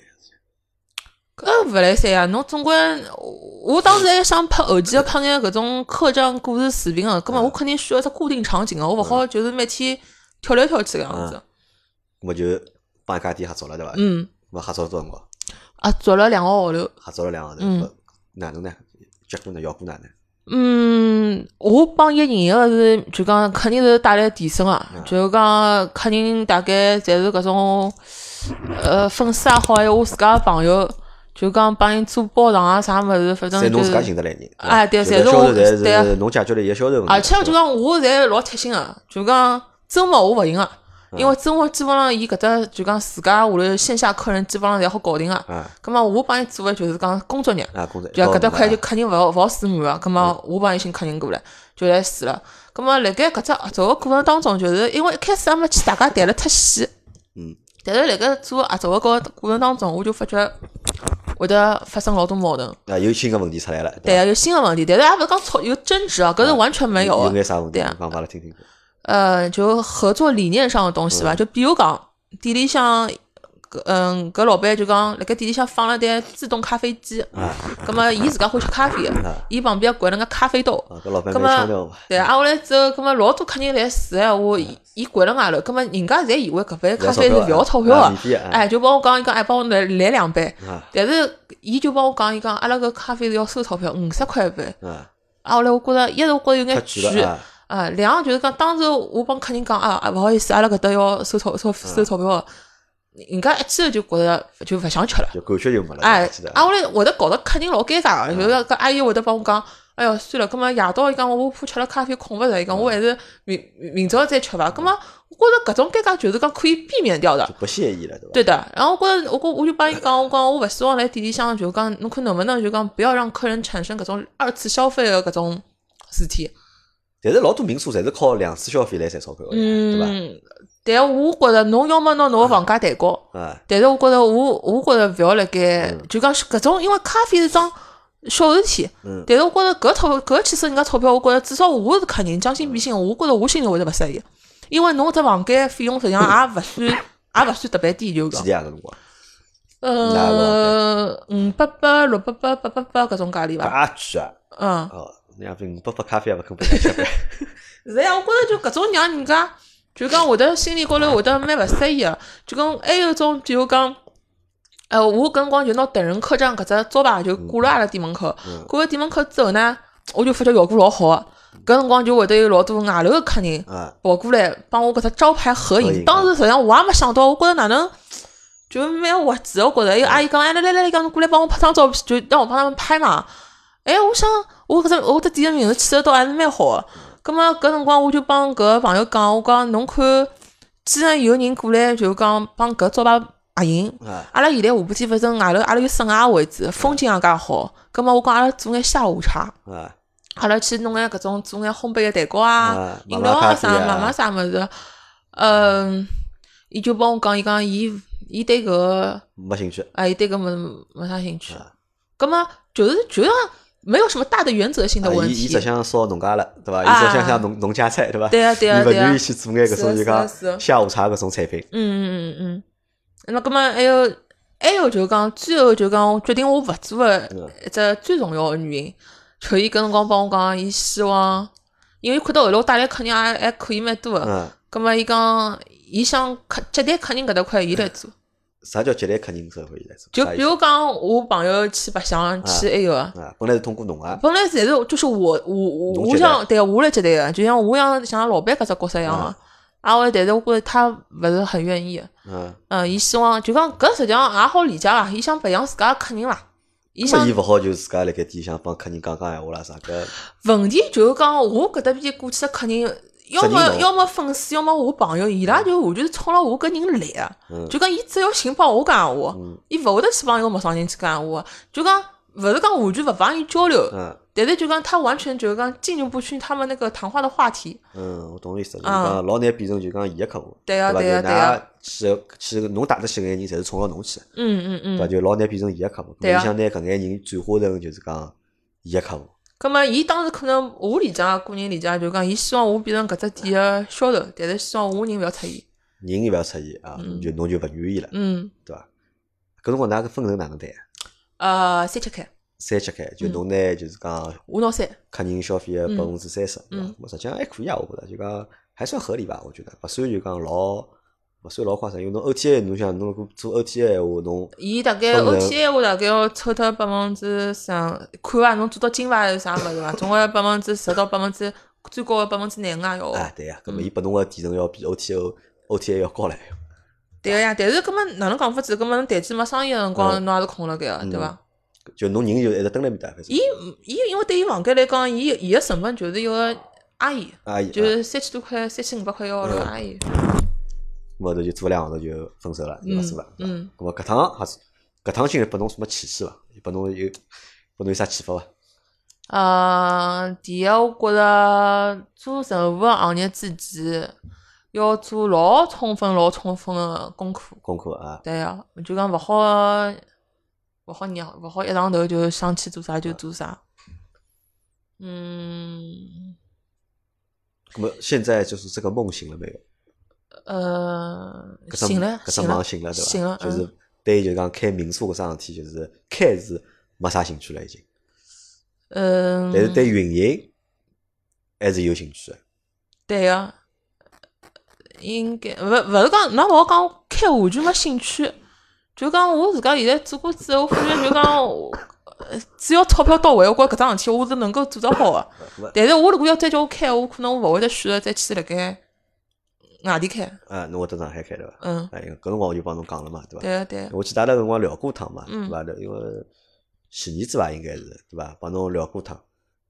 Speaker 2: 搿呃勿来三呀！侬总归，我我当时还想拍后期要拍眼搿种客栈故事视频个，啊葛末我肯定需要只固定场景个，啊我勿好就是每天跳来跳去搿样子。
Speaker 1: 那么就帮一家店合作了，对伐？
Speaker 2: 嗯，
Speaker 1: 那么合作了多少辰光？
Speaker 2: 啊，做了两个号头。
Speaker 1: 合作了两个
Speaker 2: 嗯
Speaker 1: 号头，哪能呢？结果呢？效果哪能？
Speaker 2: 嗯，我帮伊营个是就讲肯定是带来提升啊，
Speaker 1: 嗯
Speaker 2: 就讲客人大概侪是搿种呃粉丝也好，还有我自家个朋友，就讲帮伊做包场啊啥物事，反
Speaker 1: 侪
Speaker 2: 正
Speaker 1: 侬
Speaker 2: 就
Speaker 1: 自家
Speaker 2: 是
Speaker 1: 寻得来人，
Speaker 2: 哎对
Speaker 1: 侪
Speaker 2: 侪是
Speaker 1: 销
Speaker 2: 我
Speaker 1: 售侪
Speaker 2: 对啊
Speaker 1: 是侬解决了伊个销售问题，
Speaker 2: 而且就讲我侪老贴心个，就讲周末我勿行个，
Speaker 1: 嗯
Speaker 2: 因为周末基本上伊搿搭就讲自家下头线下客人基本上侪好搞定个，
Speaker 1: 啊
Speaker 2: 葛末我帮伊做个就是讲工作日。
Speaker 1: 啊，工作
Speaker 2: 就搿搭块就
Speaker 1: 啊
Speaker 2: 客人勿好勿好水满啊，葛末我帮伊寻客人过来，就来试了。葛末辣盖搿只合作个过程当中，就是因为一开始阿没去大家谈了太细，
Speaker 1: 嗯，
Speaker 2: 但是辣盖做合作个过过程当中，我就发觉会得发生老多矛盾。
Speaker 1: 啊，有新个问题出来了，
Speaker 2: 对
Speaker 1: 吧，
Speaker 2: 啊，有新个问题，但是也勿是讲吵有争执啊，搿是完全没有
Speaker 1: 有
Speaker 2: 个。
Speaker 1: 眼啥问题？
Speaker 2: 对啊
Speaker 1: 讲阿拉听听看。
Speaker 2: 呃，就合作理念上的东西
Speaker 1: 嗯
Speaker 2: 吧，就比如讲店里向。搿嗯，搿老板就讲，辣盖店里向放了台自动咖啡机，
Speaker 1: 啊
Speaker 2: 葛末伊自家欢喜咖啡的
Speaker 1: 啊，
Speaker 2: 伊旁边掼了个咖啡豆，
Speaker 1: 啊，搿老板
Speaker 2: 葛
Speaker 1: 蛮
Speaker 2: 末
Speaker 1: 腔调嘛，
Speaker 2: 对啊，挨下来之后，葛末老多客人来试闲
Speaker 1: 嗯
Speaker 2: 话，伊伊掼了外头，葛末人家侪以为搿杯咖啡是勿要钞票
Speaker 1: 啊
Speaker 2: 个
Speaker 1: 免，费啊
Speaker 2: 哎，就帮我讲，伊讲哎，帮我来来两杯，
Speaker 1: 啊
Speaker 2: 但是伊就帮我讲，伊讲阿拉搿咖啡是要收钞票，五十块一杯。
Speaker 1: 啊，
Speaker 2: 挨下来我觉着一哎是我
Speaker 1: 太
Speaker 2: 觉着有眼
Speaker 1: 贵
Speaker 2: 贵
Speaker 1: 了，啊，
Speaker 2: 啊，两就是讲当时我帮客人讲啊，啊勿好意思，阿拉搿搭要收钞收收钞票个，人家一记头就觉着就勿想吃了。
Speaker 1: 就感觉就没了，
Speaker 2: 哎
Speaker 1: 记得，
Speaker 2: 啊，我来会得搞得客人老尴尬个，就是搿阿姨会得帮我讲，哎哟，算了，葛末夜到伊讲我怕吃了咖啡困勿着，伊讲我还是明明朝再吃伐。葛末我觉着搿种尴尬就是讲可以避免掉的
Speaker 1: 就，不屑一了，对伐？
Speaker 2: 对的。然后我觉着我我我就帮伊讲，我讲我勿希望来店里向就讲，侬看能不能就讲不要让客人产生搿种二次消费的搿种事体。
Speaker 1: 但是老多民宿侪是靠两次消费来赚钞票的，对伐？
Speaker 2: 嗯，但我觉着侬要么拿侬个房价抬高。
Speaker 1: 啊，
Speaker 2: 但是我觉着我我觉着勿要辣盖，就讲是搿种，因为咖啡是桩小事体。
Speaker 1: 嗯
Speaker 2: 但是我觉着搿钞搿去收人家钞票，我觉着至少我是客人，将心比心，我觉着我心里会得勿适意，因为侬搿只房间费用实际上也
Speaker 1: *coughs*
Speaker 2: 勿算也勿算特别低，就
Speaker 1: 几钿啊？
Speaker 2: 讲
Speaker 1: 搿辰光
Speaker 2: 呃五百八、六百八、八百八搿种价钿伐？
Speaker 1: 啊，贵啊！
Speaker 2: 嗯，
Speaker 1: 哦，那样子八百咖啡也勿肯不吃饭，
Speaker 2: 是呀，我觉着就搿种让人家就讲会得心里高头会得蛮勿适意个，就讲还有一种比如讲。呃，我搿辰光就拿达人客栈搿只招牌就挂辣阿拉店门口
Speaker 1: 嗯，
Speaker 2: 挂辣店门口之后呢，我就发觉效果老好个。搿辰光就会得有老多外头个客人
Speaker 1: 啊，
Speaker 2: 跑过来帮我搿只招牌合
Speaker 1: 合影
Speaker 2: 影。
Speaker 1: 啊
Speaker 2: 当时实际上我也没想到，我觉着哪能就蛮滑稽的。我觉着有阿姨讲，哎来来来，讲侬过来帮我拍张照片，就让我帮他们拍嘛。哎，我想我搿只我搿店个名字起得倒还是蛮好个。葛末搿辰光我就帮搿个朋友讲，我讲侬看，既然有人过来就讲帮搿招牌合影，
Speaker 1: 啊，
Speaker 2: 阿拉现在下半天反正外头阿拉有室外位置，风景也介好。葛末我讲阿拉做眼下午茶，
Speaker 1: 啊，
Speaker 2: 阿拉去弄眼搿种做眼烘焙个蛋糕啊
Speaker 1: 啊、
Speaker 2: 饮
Speaker 1: 买买
Speaker 2: 料
Speaker 1: 咖
Speaker 2: 啊
Speaker 1: 啡
Speaker 2: 啥、
Speaker 1: 啊
Speaker 2: 买买啥物事。嗯，伊就帮我讲，伊讲伊伊对搿个，
Speaker 1: 没兴趣
Speaker 2: 哎，伊对搿物事没啥兴趣
Speaker 1: 啊。
Speaker 2: 葛末就是就是没有什么大的原则性的
Speaker 1: 啊！
Speaker 2: 问
Speaker 1: 伊伊只
Speaker 2: 题。
Speaker 1: 想烧农家乐，对伐？伊只想
Speaker 2: 啊
Speaker 1: 想农农家菜，对伐？
Speaker 2: 对啊对啊
Speaker 1: 伊勿
Speaker 2: 对啊
Speaker 1: 愿意去做眼搿
Speaker 2: 是
Speaker 1: 种就是
Speaker 2: 的的是啊
Speaker 1: 讲
Speaker 2: 的
Speaker 1: 下午茶搿种产品
Speaker 2: 嗯嗯嗯嗯。那葛末还有还有就讲最后就讲我决定我勿做个
Speaker 1: 嗯
Speaker 2: 一只最重要个原因，就伊搿辰光帮我讲，伊希望，因为看到后头我带来客人也还可以蛮多个。
Speaker 1: 嗯，
Speaker 2: 葛末伊讲，伊想客接待客人搿搭块，伊来做。
Speaker 1: 啥叫接待客人社会现在做？
Speaker 2: 就
Speaker 1: 啥意
Speaker 2: 比
Speaker 1: 思
Speaker 2: 如讲，我朋友去白相，去埃个，
Speaker 1: 啊，本来是通过侬啊，
Speaker 2: 本来侪是就是我我我
Speaker 1: 侬
Speaker 2: 我
Speaker 1: 接待
Speaker 2: 想对啊我来接待个，就像我像像老板搿只角色一样个
Speaker 1: 啊。
Speaker 2: 啊，我但是我觉着他勿是很愿意。
Speaker 1: 嗯，
Speaker 2: 嗯，伊希望就讲搿实际上也好理解啦，伊想培养自家个客人啦。伊
Speaker 1: 那么
Speaker 2: 想
Speaker 1: 伊勿好就自家辣盖店里向帮客人讲讲闲话啦啥个，
Speaker 2: 问题就是讲，我搿搭边过去个客人，要
Speaker 1: 适应
Speaker 2: 么
Speaker 1: 侬
Speaker 2: 要么粉丝，要么我朋友，伊拉就完全是冲了我搿人来个。
Speaker 1: 嗯
Speaker 2: 就讲伊只要寻帮我讲闲话
Speaker 1: 嗯，
Speaker 2: 伊勿会得去帮一个陌生人去讲闲话。就讲勿是讲完全勿帮伊交流，
Speaker 1: 嗯
Speaker 2: 但是就讲他完全就是讲进入不去他们那个谈话的话题。
Speaker 1: 嗯，我懂意思，就是
Speaker 2: 啊
Speaker 1: 讲老难变成就讲伊个客户，
Speaker 2: 对啊
Speaker 1: 伐？
Speaker 2: 对啊
Speaker 1: 就㑚去去侬带得起搿眼人，侪是冲牢侬去，
Speaker 2: 嗯
Speaker 1: 对
Speaker 2: 嗯
Speaker 1: 伐？
Speaker 2: 嗯。
Speaker 1: 就老难变成伊个客户，
Speaker 2: 对啊
Speaker 1: 侬想拿搿眼人转化成就是讲伊个客户，
Speaker 2: 葛么，伊当时可能我理解啊，个人理解啊就讲，伊希望我变成搿只店个销售，但是希望我人勿要出现。
Speaker 1: 人勿要出现啊，
Speaker 2: 嗯
Speaker 1: 就侬就勿愿意了，
Speaker 2: 嗯，
Speaker 1: 对伐？搿辰光㑚搿分头哪能谈？
Speaker 2: 呃，三七开，
Speaker 1: 三七开，就
Speaker 2: 嗯
Speaker 1: 侬拿就是讲
Speaker 2: 我拿三，
Speaker 1: 客人消费个百分之三十，对伐
Speaker 2: 嗯？
Speaker 1: 咾实际上还可以啊，我觉着就讲还算合理吧，我觉得勿算就讲老勿算老夸张，因为侬 OTA 侬想侬如果做 OTA 闲话，侬
Speaker 2: 伊大概
Speaker 1: 分成
Speaker 2: OT 我大概要抽脱百分之三，看伐，侬做到金牌还是啥物事伐？总归百分之十到百分之最高个百分之廿五也要
Speaker 1: 啊
Speaker 2: 学。
Speaker 1: 对呀，搿么
Speaker 2: 嗯
Speaker 1: 伊拨侬个提成要比 OTA OTA 要高唻。
Speaker 2: 对个呀，但是搿么哪能讲法子？搿么侬淡季没生意个辰光，
Speaker 1: 嗯
Speaker 2: 侬也是空了盖个，对伐？
Speaker 1: 就侬人就一直蹲辣面搭，反正
Speaker 2: 伊嗯伊因为对伊房间来讲，伊伊个成本就是一个阿姨，
Speaker 1: 阿姨
Speaker 2: 就是三千多块、三千五百块一个号头的阿姨。
Speaker 1: 后头就做两个号头就分手了，就勿做了。对伐
Speaker 2: 嗯嗯
Speaker 1: 咁么搿趟还是搿趟经历拨侬什么启示伐？拨侬有拨侬有啥启发伐？
Speaker 2: 嗯，第一，我觉着做任何行业之前，要做老充分、老充分的功课。
Speaker 1: 功课啊，
Speaker 2: 对呀、就讲勿好，勿好让，勿好一上头就想去做啥就做啥。嗯，
Speaker 1: 咁么现在就是这个梦醒了没有？
Speaker 2: 呃，
Speaker 1: 搿只
Speaker 2: 醒了，
Speaker 1: 搿只
Speaker 2: 醒了，
Speaker 1: 忙醒了对伐？
Speaker 2: 醒了，
Speaker 1: 就
Speaker 2: 嗯
Speaker 1: 是对，就是讲开民宿搿桩事体，就是开是没啥兴趣了已经，
Speaker 2: 嗯，
Speaker 1: 但是对运营还是有兴趣的。
Speaker 2: 对个、应该勿勿是讲，㑚勿好讲开完全没兴趣，就讲我自家现在做过之后，我发觉就讲我，呃只要钞票到位，我觉着搿桩事体我是能够做得好个、
Speaker 1: 咾
Speaker 2: 但是我如果要再叫我开，我可能我勿会得选择再去辣盖外地开。
Speaker 1: 啊，侬会到上海开对伐？
Speaker 2: 嗯，
Speaker 1: 哎，搿辰光我就帮侬讲了嘛，对伐？
Speaker 2: 对个啊对个，
Speaker 1: 我记得阿拉搿辰光聊过趟嘛，
Speaker 2: 嗯
Speaker 1: 对伐？因为前年子伐，应该是对伐？帮侬聊过趟，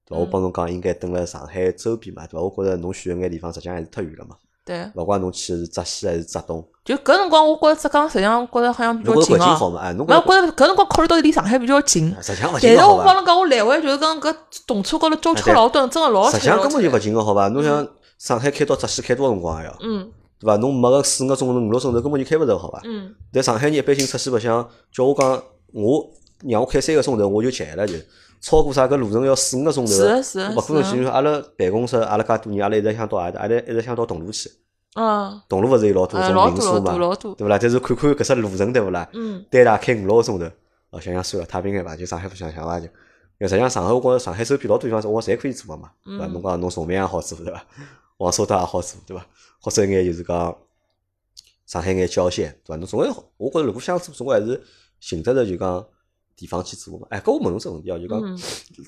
Speaker 1: 对伐？我帮侬讲，应该等了上海周边嘛，对伐？我觉着侬选眼地方实际上还是太远了嘛，
Speaker 2: 对。
Speaker 1: 勿管侬去的是浙西还是浙东，
Speaker 2: 就搿辰光，我觉着浙江实际上觉着好像比
Speaker 1: 侬
Speaker 2: 较
Speaker 1: 觉着
Speaker 2: 近
Speaker 1: 环境
Speaker 2: 啊。
Speaker 1: 好嘛？哎，侬
Speaker 2: 没
Speaker 1: 觉
Speaker 2: 有，
Speaker 1: 着
Speaker 2: 我觉着搿辰光考虑到离上海比较近，
Speaker 1: 实际上勿
Speaker 2: 但
Speaker 1: 近
Speaker 2: 是
Speaker 1: 个好
Speaker 2: 我帮
Speaker 1: 伐？
Speaker 2: 侬讲，我来回就是讲搿动车高头交车
Speaker 1: 对
Speaker 2: 老多，真个老
Speaker 1: 实
Speaker 2: 吃
Speaker 1: 际上根本就
Speaker 2: 老
Speaker 1: 勿
Speaker 2: 吃
Speaker 1: 近个好伐？侬想上海开到浙西开多少辰光还要？
Speaker 2: 嗯
Speaker 1: 对伐？侬没个四五个钟头、五六个钟头根本就开勿着好伐？
Speaker 2: 嗯。
Speaker 1: 但上海人一般性出去白相，叫我讲，我让我开三个钟头，我就急了就。超过啥搿路程要四五个钟头，
Speaker 2: 是的是的
Speaker 1: 勿可能
Speaker 2: 是
Speaker 1: 去。
Speaker 2: 的
Speaker 1: 因为阿拉办公室阿拉介多人，阿拉一直想到阿搭，阿拉一直想到桐庐去。
Speaker 2: 嗯，
Speaker 1: 桐庐勿是有老多
Speaker 2: 呃，
Speaker 1: 种
Speaker 2: 老
Speaker 1: 民
Speaker 2: 多
Speaker 1: 宿
Speaker 2: 老
Speaker 1: 嘛
Speaker 2: 多，老多，
Speaker 1: 对勿啦？但是看看搿只路程对勿啦？
Speaker 2: 嗯，
Speaker 1: 单大开五六个钟头，哦，想想算了，太平眼伐，就上海白相相伐就。因为实际上上海，我觉着上海周边老多地方，我觉着侪可以做个嘛，对伐？
Speaker 2: 嗯
Speaker 1: 侬讲侬崇明也好做对伐？黄沙滩也好做对伐？或者一眼就是讲上海眼郊县对伐？侬总归，我觉着如果想做，总归还是寻得着就讲地方去做嘛。哎，搿我问侬只问题哦，就讲
Speaker 2: 嗯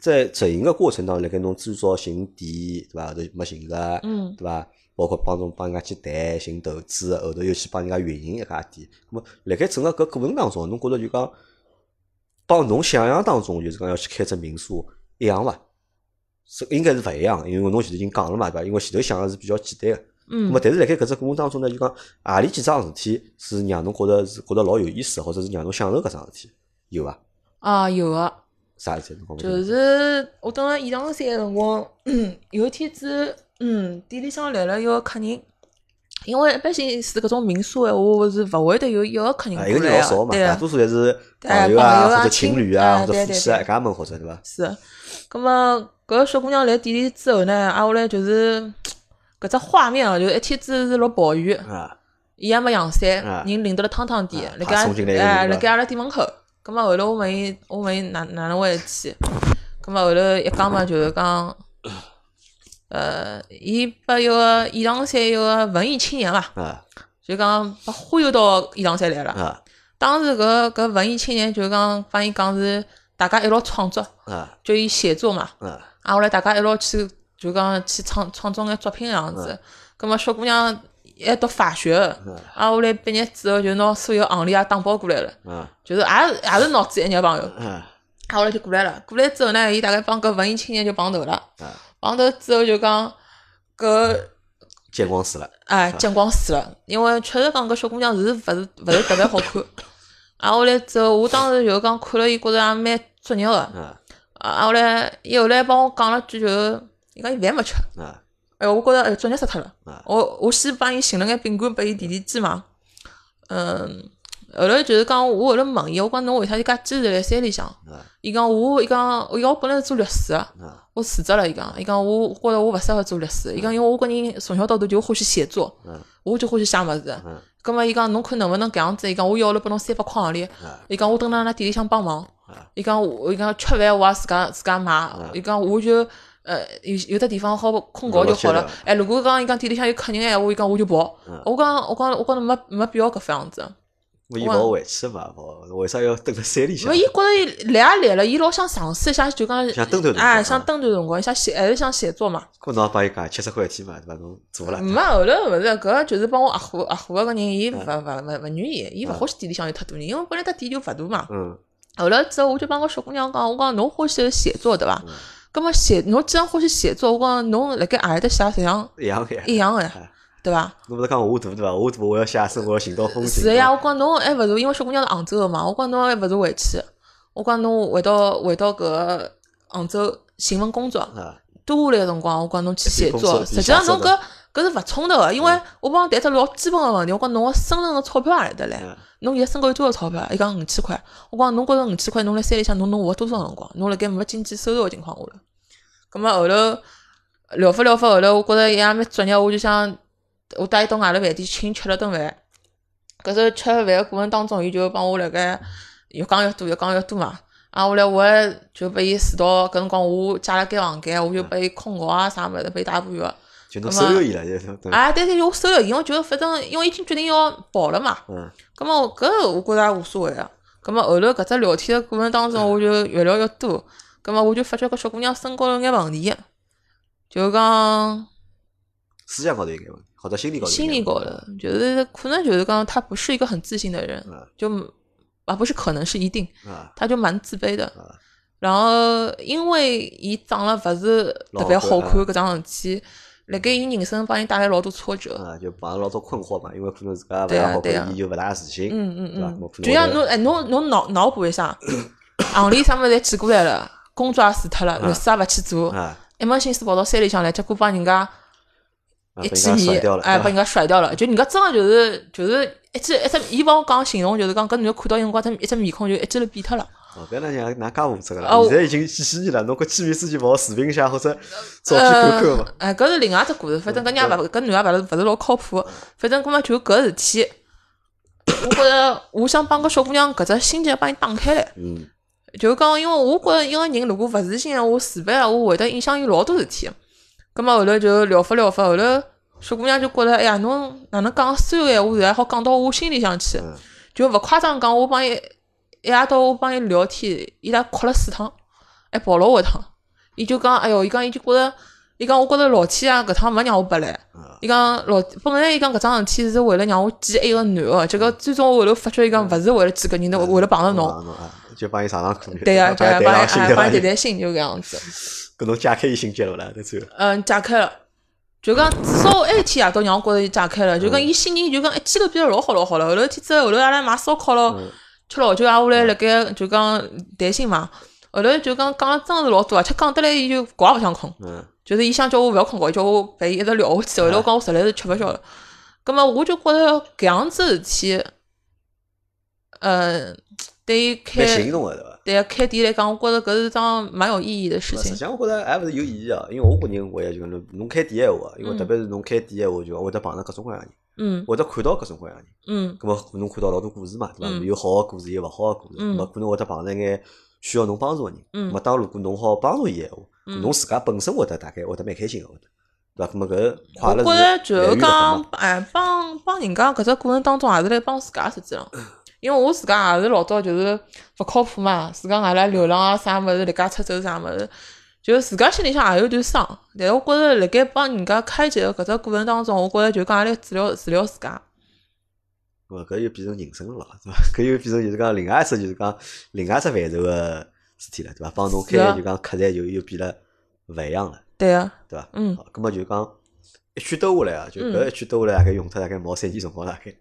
Speaker 1: 在执行个过程当中，辣盖侬最早寻店对伐？后头没寻着，
Speaker 2: 嗯，
Speaker 1: 对伐？包括帮侬帮人家去谈、寻投资，后头又去帮人家运营一家店。那么，辣盖整个搿过程当中，侬觉着就讲，帮侬想象当中就是讲要去开只民宿一样伐？是应该是勿一样，因为侬前头已经讲了嘛，对伐？因为前头想个是比较简单个。那
Speaker 2: 嗯
Speaker 1: 么，，但是辣盖搿只过程当中呢，就讲何里几桩事体是让侬觉着是觉着老有意思，或者是让侬享受搿桩事体，有伐？
Speaker 2: 啊，有啊，
Speaker 1: 啥事体？侬讲
Speaker 2: 就
Speaker 1: 讲
Speaker 2: 是我蹲辣演唱会个辰光，嗯有一天子，嗯，店里向来了一个客人。因为一般性是搿种民宿闲话是勿会得有一个客人
Speaker 1: 啊，一个
Speaker 2: 过
Speaker 1: 人
Speaker 2: 来
Speaker 1: 老少
Speaker 2: 个，
Speaker 1: 嘛，
Speaker 2: 对
Speaker 1: 大
Speaker 2: 啊
Speaker 1: 多数侪是
Speaker 2: 哎
Speaker 1: 朋友啊，
Speaker 2: 朋友啊
Speaker 1: 或者情侣啊，
Speaker 2: 亲
Speaker 1: 或者
Speaker 2: 哎
Speaker 1: 夫
Speaker 2: 对
Speaker 1: 妻
Speaker 2: 对
Speaker 1: 啊，
Speaker 2: 对
Speaker 1: 一家门或者对伐？
Speaker 2: 是。葛么搿小姑娘来店里之后呢，挨下来就是搿只画面啊，就一天子是落暴雨，
Speaker 1: 啊。
Speaker 2: 伊也没阳伞
Speaker 1: 啊，
Speaker 2: 人淋得了汤汤底
Speaker 1: 啊，
Speaker 2: 辣
Speaker 1: 怕送进来一
Speaker 2: 盖
Speaker 1: 个
Speaker 2: 哎，
Speaker 1: 人
Speaker 2: 辣
Speaker 1: 吧
Speaker 2: 盖阿拉店门口。葛末后头我问伊，我问伊哪哪能回事体，葛末后头一讲嘛，就是讲，呃，伊拨一个演唱山一个文艺青年伐，
Speaker 1: 啊
Speaker 2: 就讲拨忽悠到演唱山来了。
Speaker 1: 啊
Speaker 2: 当时搿搿文艺青年就讲帮伊讲是大家一道创作，
Speaker 1: 啊
Speaker 2: 就伊写作嘛，
Speaker 1: 啊！
Speaker 2: 啊，后来大家一道去就讲去创创作眼作品样子。葛末小姑娘还读法学的，啊，后来毕业之后就拿所有行钿也打包过来了，
Speaker 1: 啊
Speaker 2: 就是也是也是脑子一眼朋友，啊，
Speaker 1: 啊
Speaker 2: 后来就过来了。过来之后呢，伊大概帮搿文艺青年就碰头了，
Speaker 1: 啊！
Speaker 2: 碰头之后就讲搿。
Speaker 1: 见光死了，
Speaker 2: 哎，见光死了，因为确实讲搿小姑娘是勿是勿是特别好看。啊，后来之后，我当时就讲看了伊，觉着也蛮作孽个。
Speaker 1: 啊
Speaker 2: 啊，后来伊后来帮我讲了句，就是伊讲伊饭没吃，
Speaker 1: 啊
Speaker 2: 哎，我觉着哎作孽死脱了。
Speaker 1: 啊
Speaker 2: 我我先帮伊寻了眼饼干拨伊垫垫肩嘛。嗯，后来就是讲，我后来问伊，我讲侬为啥就介坚持辣山里向？
Speaker 1: 啊
Speaker 2: 伊讲我，伊讲，伊讲我本来是做律师个，
Speaker 1: 啊
Speaker 2: 我辞职了。伊讲，伊讲我我觉着我勿适合做律师。伊讲，因为我个人从小到大就欢喜写作，
Speaker 1: 嗯
Speaker 2: 我就欢喜写物事。
Speaker 1: 嗯
Speaker 2: 咁么伊讲侬看能勿能搿样子？伊讲我要了拨侬三百块行钿。
Speaker 1: 啊
Speaker 2: 伊讲我蹲辣㑚店里向帮忙
Speaker 1: 啊。
Speaker 2: 伊讲我伊讲吃饭我也自家自家买。伊讲我就呃有有的地方好困觉就好
Speaker 1: 老
Speaker 2: 了
Speaker 1: 吃的。
Speaker 2: 哎，如果讲伊讲店里向有客人闲话，伊讲我就跑
Speaker 1: 嗯。
Speaker 2: 我讲我讲我讲没没必要搿副样子。
Speaker 1: 我伊勿好回去嘛，勿为啥要蹲辣山里向
Speaker 2: 勿，？伊觉着伊来也来了，伊老想尝试一下，就讲
Speaker 1: 啊想登段辰光
Speaker 2: 哎，想登段辰光，想写还是想写作嘛。
Speaker 1: 搿侬也帮伊讲七十块钱嘛，对伐？侬做勿啦？啊
Speaker 2: 没后头勿是，搿就是帮我合伙合伙个人，伊勿勿勿勿愿意，伊勿欢喜店里向有太多人，因为本来他店就勿大嘛。
Speaker 1: 嗯
Speaker 2: 后来之后，我就帮个小姑娘讲，我讲侬欢喜写作对伐
Speaker 1: 嗯？
Speaker 2: 葛么写侬既然欢喜写作，我讲侬辣盖阿里搭写实际上
Speaker 1: 一样个呀。
Speaker 2: 一样个
Speaker 1: 哎
Speaker 2: 呀， *laughs*
Speaker 1: *laughs*
Speaker 2: 对伐？
Speaker 1: 侬勿是讲画图对伐？画图我要写生，我要寻到风景。
Speaker 2: 是呀，我讲侬还勿如，因为小姑娘是杭州个嘛，我讲侬还勿如回去，我讲侬回到回到搿个杭州寻份工作。
Speaker 1: 啊，
Speaker 2: 多下来个辰光，我讲侬去写
Speaker 1: 比工作
Speaker 2: 作，
Speaker 1: 比
Speaker 2: 实际上侬
Speaker 1: 写作
Speaker 2: 搿搿是勿冲突个，因为我帮侬谈只老基本个问题，我讲侬个身上个钞票何里搭来
Speaker 1: 嗯？
Speaker 2: 侬现在身高有多少钞票？伊讲五千块，我讲侬觉着五千块侬辣山里向侬能活多少辰光？侬辣盖没经济收入个情况下头，葛末后头聊发聊发后头，我觉着也蛮作孽，我就想我带伊到外头饭店请吃了顿饭。搿时候吃饭个过程当中，伊就帮我辣盖越讲越多，越讲越多嘛。啊，后来我还就拨伊迟到，搿辰光我借了间房间，我就
Speaker 1: 嗯
Speaker 2: 拨伊困觉啊啥物事，拨伊带半个。
Speaker 1: 就侬收留伊了，就是侬
Speaker 2: 啊，但是我收了伊，因为就反正因为已经决定要跑了嘛，
Speaker 1: 嗯，
Speaker 2: 葛么我搿我觉着也无所谓啊。葛么后头搿只聊天的过程当中，我就越聊越多，葛么我就发觉搿小姑娘身高头有眼问题，啊就讲
Speaker 1: 思想高头应该问题，或者心理高头应
Speaker 2: 心
Speaker 1: 该
Speaker 2: 理
Speaker 1: 问题。
Speaker 2: 高头，就是可能就是讲她不是一个很自信的人
Speaker 1: 嗯，
Speaker 2: 就啊不是可能是一定，
Speaker 1: 啊，
Speaker 2: 她就蛮自卑的
Speaker 1: 嗯。
Speaker 2: 然后因为伊长了勿是特别好看搿桩事体，辣盖伊人生帮伊带来老多挫折。
Speaker 1: 啊，就碰到老多困惑嘛，因为可能自家勿
Speaker 2: 对
Speaker 1: 大
Speaker 2: 啊
Speaker 1: 好
Speaker 2: 对啊
Speaker 1: 看，伊就勿大自信，
Speaker 2: 嗯嗯
Speaker 1: 对伐？咾么
Speaker 2: 嗯，
Speaker 1: 可能
Speaker 2: 就像
Speaker 1: 会
Speaker 2: 侬哎侬侬脑脑补一下，行里啥物事侪寄过来了，工作也辞脱了，
Speaker 1: 啊
Speaker 2: 律师也勿去做，
Speaker 1: 啊，
Speaker 2: 一门心思跑到山里向来，结果帮人家
Speaker 1: 啊
Speaker 2: 一
Speaker 1: 被
Speaker 2: 记
Speaker 1: 人家
Speaker 2: 米
Speaker 1: 甩掉了，，
Speaker 2: 哎，
Speaker 1: 对
Speaker 2: 把
Speaker 1: 伐
Speaker 2: 人家甩掉了。就人家真的就是就是一记一只，伊帮我讲形容就是讲搿女的看到伊辰光，只一只面孔就一记头变脱了。
Speaker 1: 哦，不要那讲㑚介负责个
Speaker 2: 啊
Speaker 1: 了，
Speaker 2: 我
Speaker 1: 现在已经几几年了，侬搿见面之前勿好视频一下或者照片看看嘛
Speaker 2: 呃，，哎，搿是另外一只故事，反正搿娘勿搿男个勿是勿是老靠谱，反正葛末就搿事体，我觉着我想帮搿小姑娘搿只心结帮伊打开来，
Speaker 1: 嗯，
Speaker 2: 就讲因为我觉着一个人如果勿自信闲话，自卑闲话会得影响伊老多事体。葛末后头就聊发聊发，后头小姑娘就觉着，哎呀，侬哪能讲所有闲话，现在好讲到我心里向去
Speaker 1: 嗯，
Speaker 2: 就勿夸张讲，我帮伊一夜到我帮伊聊天，伊拉哭了四趟，还跑了我一趟。伊就讲，哎哟，伊讲伊就觉着，伊讲我觉着老天爷搿趟没让我白来
Speaker 1: 啊。
Speaker 2: 伊讲老本来伊讲搿桩事体是为了让我见一个男个，结果最终我后头发觉伊讲勿是为了见搿人，是为了碰着侬。
Speaker 1: 侬啊，就帮伊上上课，
Speaker 2: 对
Speaker 1: *laughs*
Speaker 2: 呀、就
Speaker 1: 帮伊谈
Speaker 2: 帮
Speaker 1: 谈
Speaker 2: 哎
Speaker 1: 心
Speaker 2: 帮谈
Speaker 1: 对伐？
Speaker 2: 谈心，就搿样子。
Speaker 1: 搿侬解开伊心结了勿啦？那最后，
Speaker 2: 嗯，解开了，就讲至少埃天夜到让我觉着伊解开了，就讲伊心情就讲一记头变得老好老好了。后头天之后，后头阿拉买烧烤咯，吃老酒啊，下来辣盖就讲谈心嘛。后头就讲讲了真是老多，而且讲得来伊就觉也勿想困，
Speaker 1: 嗯，
Speaker 2: 就是伊想叫我勿要困觉，叫我陪伊一直聊下去。后头我讲我实在是吃勿消了，葛末我就觉着搿样子事体，嗯，对于开
Speaker 1: 蛮心动啊个对伐？
Speaker 2: 对开店来讲，我觉着搿是桩蛮有意义的事
Speaker 1: 实
Speaker 2: 情
Speaker 1: 际。上我觉着还勿是有意义啊，因为我个人我也就讲侬侬开店闲话，因为特别是侬开店闲话，就会得碰着各种各样的人，
Speaker 2: 嗯
Speaker 1: 会得看到各种各样的人，
Speaker 2: 嗯
Speaker 1: 咁么侬看到老多故事嘛，对伐？
Speaker 2: 嗯
Speaker 1: 有好个故事，有勿好个故事，
Speaker 2: 嗯
Speaker 1: 咁么可能会得碰着一眼需要侬帮助个人。
Speaker 2: 嗯
Speaker 1: 么当如果侬好帮助伊闲话，
Speaker 2: 嗯
Speaker 1: 侬自家本身会得大概会得蛮开心个，会得，对伐？咁么搿快
Speaker 2: 我
Speaker 1: 乐是
Speaker 2: 觉着
Speaker 1: 来源
Speaker 2: 就是
Speaker 1: 于搿
Speaker 2: 讲
Speaker 1: 嘛，，
Speaker 2: 哎，帮帮人家搿只过程当中，也是来帮自家实际
Speaker 1: *laughs*
Speaker 2: 上，因为我自家也是老早就是勿靠谱嘛，自家外来流浪啊啥物事，离家出走啥物事，就自家心里向也有段伤，但是我觉着辣盖帮人家开解的搿只过程当中，我觉着就讲也来治疗治疗自家，
Speaker 1: 咾搿又变成人生了咯，对伐？ *laughs* 搿又变成就是讲另外一只就是讲另外一只范畴个事体了，对伐？帮侬
Speaker 2: 是啊
Speaker 1: 开就讲客栈就又变了勿一样了。
Speaker 2: 对啊，
Speaker 1: 对伐？
Speaker 2: 嗯
Speaker 1: 好，咁么就讲一圈兜下来啊，就搿
Speaker 2: 嗯
Speaker 1: 一圈兜下来，大概用脱大概毛三年辰光，大概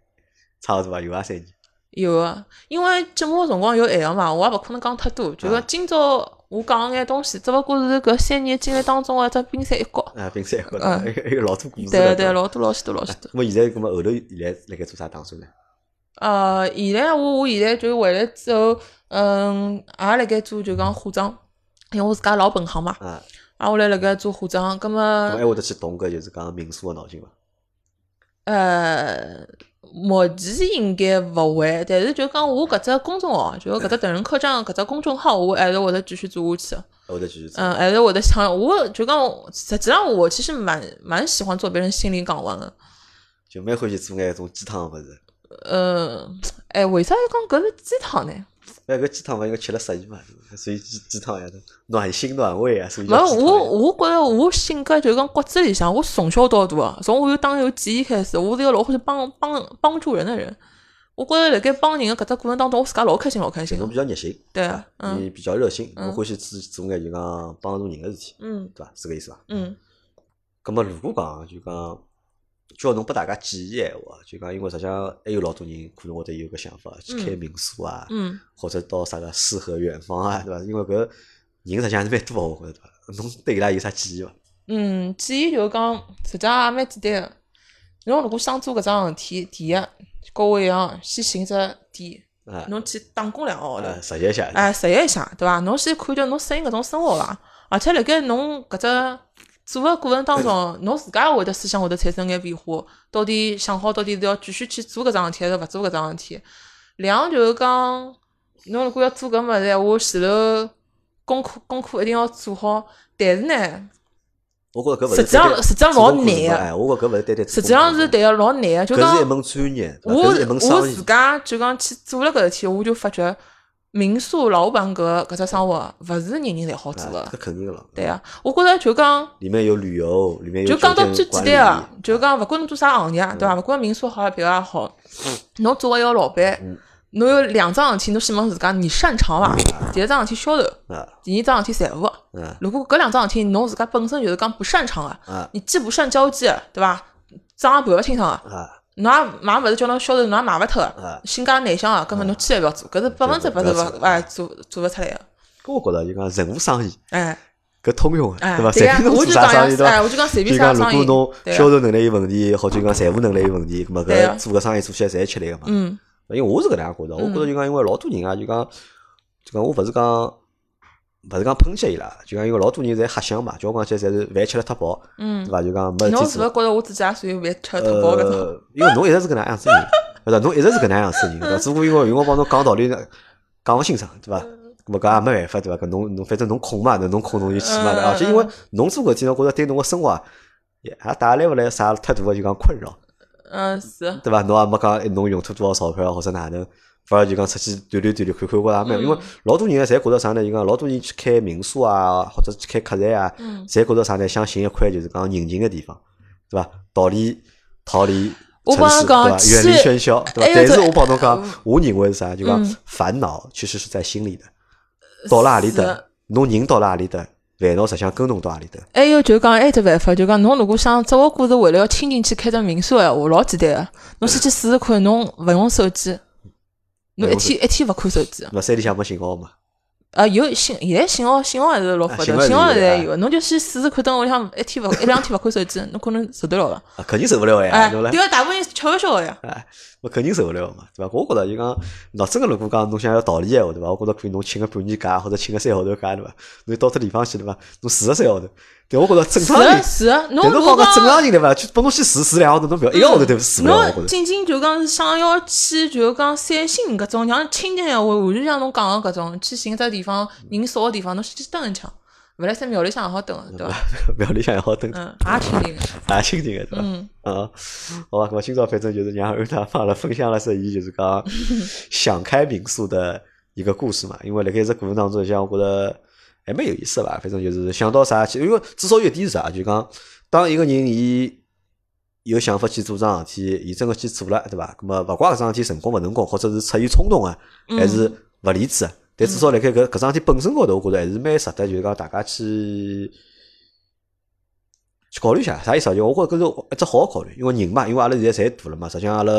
Speaker 1: 差勿多伐？有啊，三年。
Speaker 2: 有啊，因为节目的辰光有限个嘛，我也勿可能讲太多，就
Speaker 1: 啊
Speaker 2: 讲今朝我讲眼东西，只勿过是搿三年经历当中的一只冰山一角，
Speaker 1: 啊，冰山一角，
Speaker 2: 嗯
Speaker 1: 还有还有老多故事
Speaker 2: 对啊
Speaker 1: 了。
Speaker 2: 对，
Speaker 1: 伐
Speaker 2: 老多老许多老许
Speaker 1: *laughs*
Speaker 2: 多。
Speaker 1: 咁么现在，咁么后头现在辣盖做啥打算呢？
Speaker 2: 呃，现在我我现在就回来之后，嗯，也辣盖做就讲化妆，因为我自家老本行嘛。
Speaker 1: 啊，
Speaker 2: 挨下来辣盖做化妆，葛么
Speaker 1: 咁还会得去动搿就是讲民宿个脑筋伐？
Speaker 2: 呃，目前应该勿会，但是就讲我搿只公众号，就搿只邓仁科长搿只公众号，我还是会得继续做下去。
Speaker 1: 还会得继续做。
Speaker 2: 嗯，还是会得想，我就讲，实际上我其实蛮蛮喜欢做别人心灵港湾的。
Speaker 1: 就蛮欢喜做眼种鸡汤个物事。
Speaker 2: 嗯，哎，为啥要讲搿是鸡汤呢？
Speaker 1: 那搿鸡汤勿应该吃了适意嘛，所以鸡鸡汤呀，暖心暖胃啊，所以
Speaker 2: 没，
Speaker 1: 叫鸡汤呀
Speaker 2: 我我觉着我性格就是讲骨子里向，我从小到大，从我有当有记忆开始，我是一个老欢喜帮帮帮助人的人。我觉着辣盖帮人的搿只过程当中，我自家老开心，老开心
Speaker 1: 侬
Speaker 2: 的。
Speaker 1: 比较热心，
Speaker 2: 对啊，嗯
Speaker 1: 你比较热心，侬
Speaker 2: 嗯
Speaker 1: 欢喜做做眼就讲帮助人个事体，
Speaker 2: 嗯
Speaker 1: 对伐？是搿意思伐？
Speaker 2: 嗯
Speaker 1: 咁么如果讲就讲叫侬拨大家建议个闲话，就讲因为实际上还有老多人可能会得有搿想法，去开民宿啊，
Speaker 2: 嗯，
Speaker 1: 或者到啥个诗和远方啊，对伐？因为搿人实际上还是蛮多个，我觉着对伐？侬对伊拉有啥建议伐？
Speaker 2: 嗯，建议就是讲，实际上也蛮简单个。侬如果想做搿桩事体，第一，跟我一样，先寻只店，
Speaker 1: 啊，
Speaker 2: 侬去打工两个号头，
Speaker 1: 啊，实现一下，
Speaker 2: 哎，实验一下，对伐？侬先看叫侬适应搿种生活伐？而且辣盖侬搿只做个过程当
Speaker 1: *laughs*
Speaker 2: 中，侬自家也会得思想会得产生眼变化，到底想好到底是要继续去做搿桩事体，还是勿做搿桩事体？两就是讲，侬如果要做搿物事，我前头功课功课一定要做好。但是呢，
Speaker 1: 我觉着搿勿是
Speaker 2: 实际上
Speaker 1: 单单
Speaker 2: 实际上
Speaker 1: 做
Speaker 2: 老
Speaker 1: 功课
Speaker 2: 难
Speaker 1: 是
Speaker 2: 个
Speaker 1: 吧哎，我觉着搿勿是单单做
Speaker 2: 实际
Speaker 1: 功
Speaker 2: 上
Speaker 1: 课
Speaker 2: 是对个老难个，就
Speaker 1: 搿是一
Speaker 2: 讲
Speaker 1: 门专业，对伐
Speaker 2: 我
Speaker 1: 搿是一门
Speaker 2: 我
Speaker 1: 生
Speaker 2: 自
Speaker 1: 意。
Speaker 2: 家就讲去做了搿事体，我就发觉民宿老板搿搿只生活勿是人人侪好做个
Speaker 1: 啊，。搿肯定了。
Speaker 2: 对啊，我觉着就讲，
Speaker 1: 里面有旅游，里面有
Speaker 2: 就讲到
Speaker 1: 酒
Speaker 2: 最
Speaker 1: 店管理
Speaker 2: 啊简单个，
Speaker 1: 嗯
Speaker 2: 就讲勿管侬做啥行业，啊对伐？勿管民宿好还是别个
Speaker 1: *laughs*
Speaker 2: 也好，侬作为一个老板，
Speaker 1: 嗯
Speaker 2: 侬有两桩事体，侬先问自家你擅长伐？第一桩事体销售，
Speaker 1: 啊，
Speaker 2: 第二桩事体财务。
Speaker 1: 嗯
Speaker 2: 如果搿两桩事体侬自家本身就是讲不擅长个，
Speaker 1: 啊
Speaker 2: 你既不善交际，啊对伐？账也盘勿清爽个，
Speaker 1: 啊
Speaker 2: 侬也买勿是叫侬销售，侬也卖勿脱个，
Speaker 1: 啊！
Speaker 2: 性格内向个，根本侬千万勿要做，搿是百分之百是
Speaker 1: 嗯对
Speaker 2: 勿
Speaker 1: 勿要
Speaker 2: 哎做做勿出来个，
Speaker 1: 搿我觉着就讲任何生意
Speaker 2: 哎
Speaker 1: 搿通用的，啊
Speaker 2: 哎，
Speaker 1: 伐？
Speaker 2: 对
Speaker 1: 随
Speaker 2: 呀
Speaker 1: 便，侬
Speaker 2: 我
Speaker 1: 做
Speaker 2: 就
Speaker 1: 啥
Speaker 2: 讲
Speaker 1: 生意
Speaker 2: 呀，哎，
Speaker 1: 伐？
Speaker 2: 我就讲随便
Speaker 1: 就讲
Speaker 2: 啥
Speaker 1: 如
Speaker 2: 生
Speaker 1: 果
Speaker 2: 意，
Speaker 1: 侬
Speaker 2: 对
Speaker 1: 销
Speaker 2: 呀，
Speaker 1: 售能力有问题，或者讲财务能力有问题，葛末
Speaker 2: 对啊
Speaker 1: 搿做搿生意做起来侪吃力个嘛。
Speaker 2: 嗯
Speaker 1: 因为我是搿能样觉着，我觉着就讲因为老多人啊，就讲就讲我勿是讲勿是讲抨击伊拉，就讲因为老多人侪瞎想嘛，交关些侪是饭吃了太饱，
Speaker 2: 嗯
Speaker 1: 对。伐？就讲没事
Speaker 2: 侬
Speaker 1: 体
Speaker 2: 是
Speaker 1: 做
Speaker 2: 勿是。觉着我自己也属于蛮吃得饱搿种？
Speaker 1: 呃，因为侬一直是搿能样子人，对伐？侬一直是搿能样子人，对
Speaker 2: *laughs*
Speaker 1: 伐？只不过因为有辰光侬讲道理呢讲勿清爽，对伐？
Speaker 2: 嗯
Speaker 1: 咾么搿也没办法，对伐？搿侬侬反正侬空嘛，侬空侬就去嘛，
Speaker 2: 嗯
Speaker 1: 而且因为侬做搿事体，侬觉着对侬个生活啊也也带来勿来啥太大个就讲困扰，
Speaker 2: 嗯，是，
Speaker 1: 对伐？侬也没讲哎侬用脱多少钞票或者哪能。反而就讲出去锻炼锻炼，看看我也蛮，
Speaker 2: 嗯
Speaker 1: 因为老多人啊，侪觉着啥呢？就讲老多人去开民宿啊，或者去开客栈啊，
Speaker 2: 嗯，
Speaker 1: 侪觉着啥呢？想寻一块就是讲宁静个地方，对伐？逃离逃离
Speaker 2: 我
Speaker 1: 城
Speaker 2: 帮
Speaker 1: 市，
Speaker 2: 侬讲哎
Speaker 1: 对伐？远离
Speaker 2: 其
Speaker 1: 喧嚣，对伐
Speaker 2: 还？有
Speaker 1: 但
Speaker 2: 就是
Speaker 1: 我帮侬讲
Speaker 2: 呃，
Speaker 1: 我认为是啥？就
Speaker 2: 嗯
Speaker 1: 讲烦恼其实是在心里的，到了何里
Speaker 2: 是
Speaker 1: 搭，侬人到了何里搭，烦恼实际上跟侬到何里搭。
Speaker 2: 还有就讲埃只办法，就讲侬如果想只勿过是为了要亲近去开只民宿闲话，老简单个。侬先去试试看，侬勿用手机，侬一天一天勿看手机。
Speaker 1: 那山里向没信号嘛？
Speaker 2: 啊，有信，现在信号信号还是老发达，
Speaker 1: 啊
Speaker 2: 信
Speaker 1: 信
Speaker 2: 号
Speaker 1: 号
Speaker 2: 现
Speaker 1: 是有的
Speaker 2: 在有。侬就先试试看，等屋里向一天勿一两天勿看手机，侬可能受得了伐？
Speaker 1: 啊，肯定受不了呀，
Speaker 2: 哎，
Speaker 1: 对勿啦
Speaker 2: 对？个，大部分人吃勿消个呀。
Speaker 1: 哎，我肯定受不了嘛，对伐？我觉着就讲，喏，真个如果讲侬想要逃离闲话，对伐？我觉着可以侬请个半年假或者请个三号头假，对伐？侬到脱地方去，对伐？侬住个三号头，对我觉着正
Speaker 2: 是
Speaker 1: 常人
Speaker 2: 个，是个，侬
Speaker 1: 但
Speaker 2: 如
Speaker 1: 侬
Speaker 2: 果嗯
Speaker 1: 讲个正
Speaker 2: 讲
Speaker 1: 常人对伐？就帮侬去住住两个号头，侬勿要一个号头对住勿了，我
Speaker 2: 侬
Speaker 1: 觉着。
Speaker 2: 仅仅就讲是想要去就讲散心搿种，像亲近闲话，完全像侬讲个搿种，去寻只地方
Speaker 1: 嗯
Speaker 2: 人少个地方，侬先去蹲一抢，勿来三庙里向也好蹲个，对伐？
Speaker 1: *laughs* 庙里向也好等
Speaker 2: 嗯，也亲近个。
Speaker 1: 大亲近个对伐？
Speaker 2: 嗯
Speaker 1: 啊，好吧，我今朝反正就是让安娜帮阿拉分享了是伊就是
Speaker 2: *laughs*
Speaker 1: 讲想开民宿的一个故事嘛，因为辣盖这过程当中，像我觉得还蛮有意思吧，反正就是想到啥去，因为至少有一点是啥，就讲当一个人伊有想法去做桩事体，伊真个去做了，对伐？那么勿怪搿桩事体成功勿成功，或者是出于冲动啊，还是勿理智啊，但至少辣盖搿搿桩事体本身高头，我觉着还是蛮值得，就是讲大家去。去考虑一下，啥意思啊？就我觉着搿是一只好考虑，因为人嘛，因为阿拉现在侪大了嘛，实际上阿拉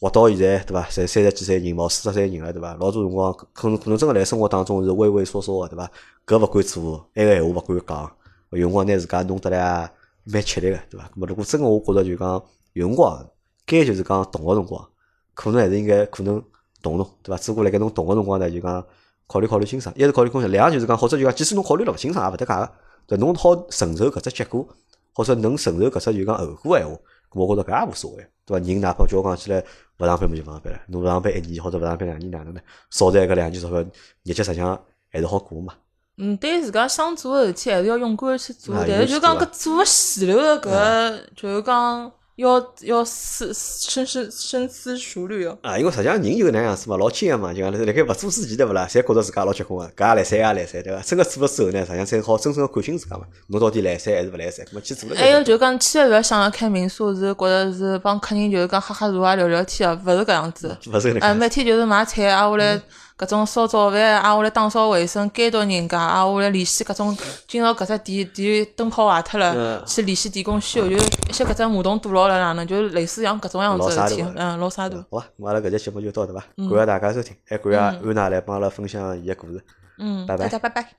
Speaker 1: 活到现在，对伐？侪三十几岁人，毛四十岁人了，对伐？老多辰光可能可能真个辣生活当中是畏畏缩缩个，对伐？搿勿敢做，埃个闲话勿敢讲，有辰光拿自家弄得来也蛮吃力个，对伐？咾么如果真个我觉着就讲有辰光该就是讲动个辰光，可能还是应该可能动动，对伐？只不过辣盖侬动个辰光呢，就讲考虑考虑清爽，一是考虑清爽，两个就是讲，或者就讲，即使侬考虑了勿清爽也勿搭界个，对，侬好承受搿只结果，或者能承受搿只就讲后果个闲话，我觉着搿也无所谓，对伐？人哪怕叫我讲起来勿上班嘛就勿上班了，侬勿上班一年或者勿上班两年哪能呢？少赚搿两年钞票，日脚实际上还是好过嘛。
Speaker 2: 嗯，对自家想做个事体，还是要勇敢地去做。
Speaker 1: 啊
Speaker 2: 但
Speaker 1: 有
Speaker 2: 是
Speaker 1: 去
Speaker 2: 就讲
Speaker 1: 做
Speaker 2: 搿
Speaker 1: 啊嗯
Speaker 2: 做个前头个搿，就是讲要要思深思深思熟虑哦。
Speaker 1: 啊，因为实际上人就是那样子嘛，老精个嘛，就讲辣盖勿做之前对勿啦，侪觉着自家老结棍个，搿也来三，搿也来三，对伐？真个做了之后呢，实际上才好真正个看清自家嘛，侬到底来三还是勿来三？咾么去做了才
Speaker 2: 还有
Speaker 1: 晓得。
Speaker 2: 就讲，千万勿要想着开民宿是觉着是帮客人就是讲喝喝茶啊、聊聊天啊，勿是搿样子。
Speaker 1: 勿是搿能
Speaker 2: 哎，
Speaker 1: 介
Speaker 2: 每天就是买菜，挨下
Speaker 1: 嗯
Speaker 2: 来搿种烧早饭，挨下来打扫卫生，监督人家，挨下来联系搿种今朝搿只店店灯泡坏脱了
Speaker 1: 嗯，
Speaker 2: 去联系电工修，就是一些搿只马桶堵牢了哪能，就是类似像搿种样子的事体
Speaker 1: 老沙，大
Speaker 2: 嗯，老沙大。
Speaker 1: 好吧，咁阿拉搿节节目就到这吧，感谢大家收听，还感谢安娜来帮阿拉分享伊个故事，
Speaker 2: 嗯，
Speaker 1: 拜拜
Speaker 2: 大家拜拜。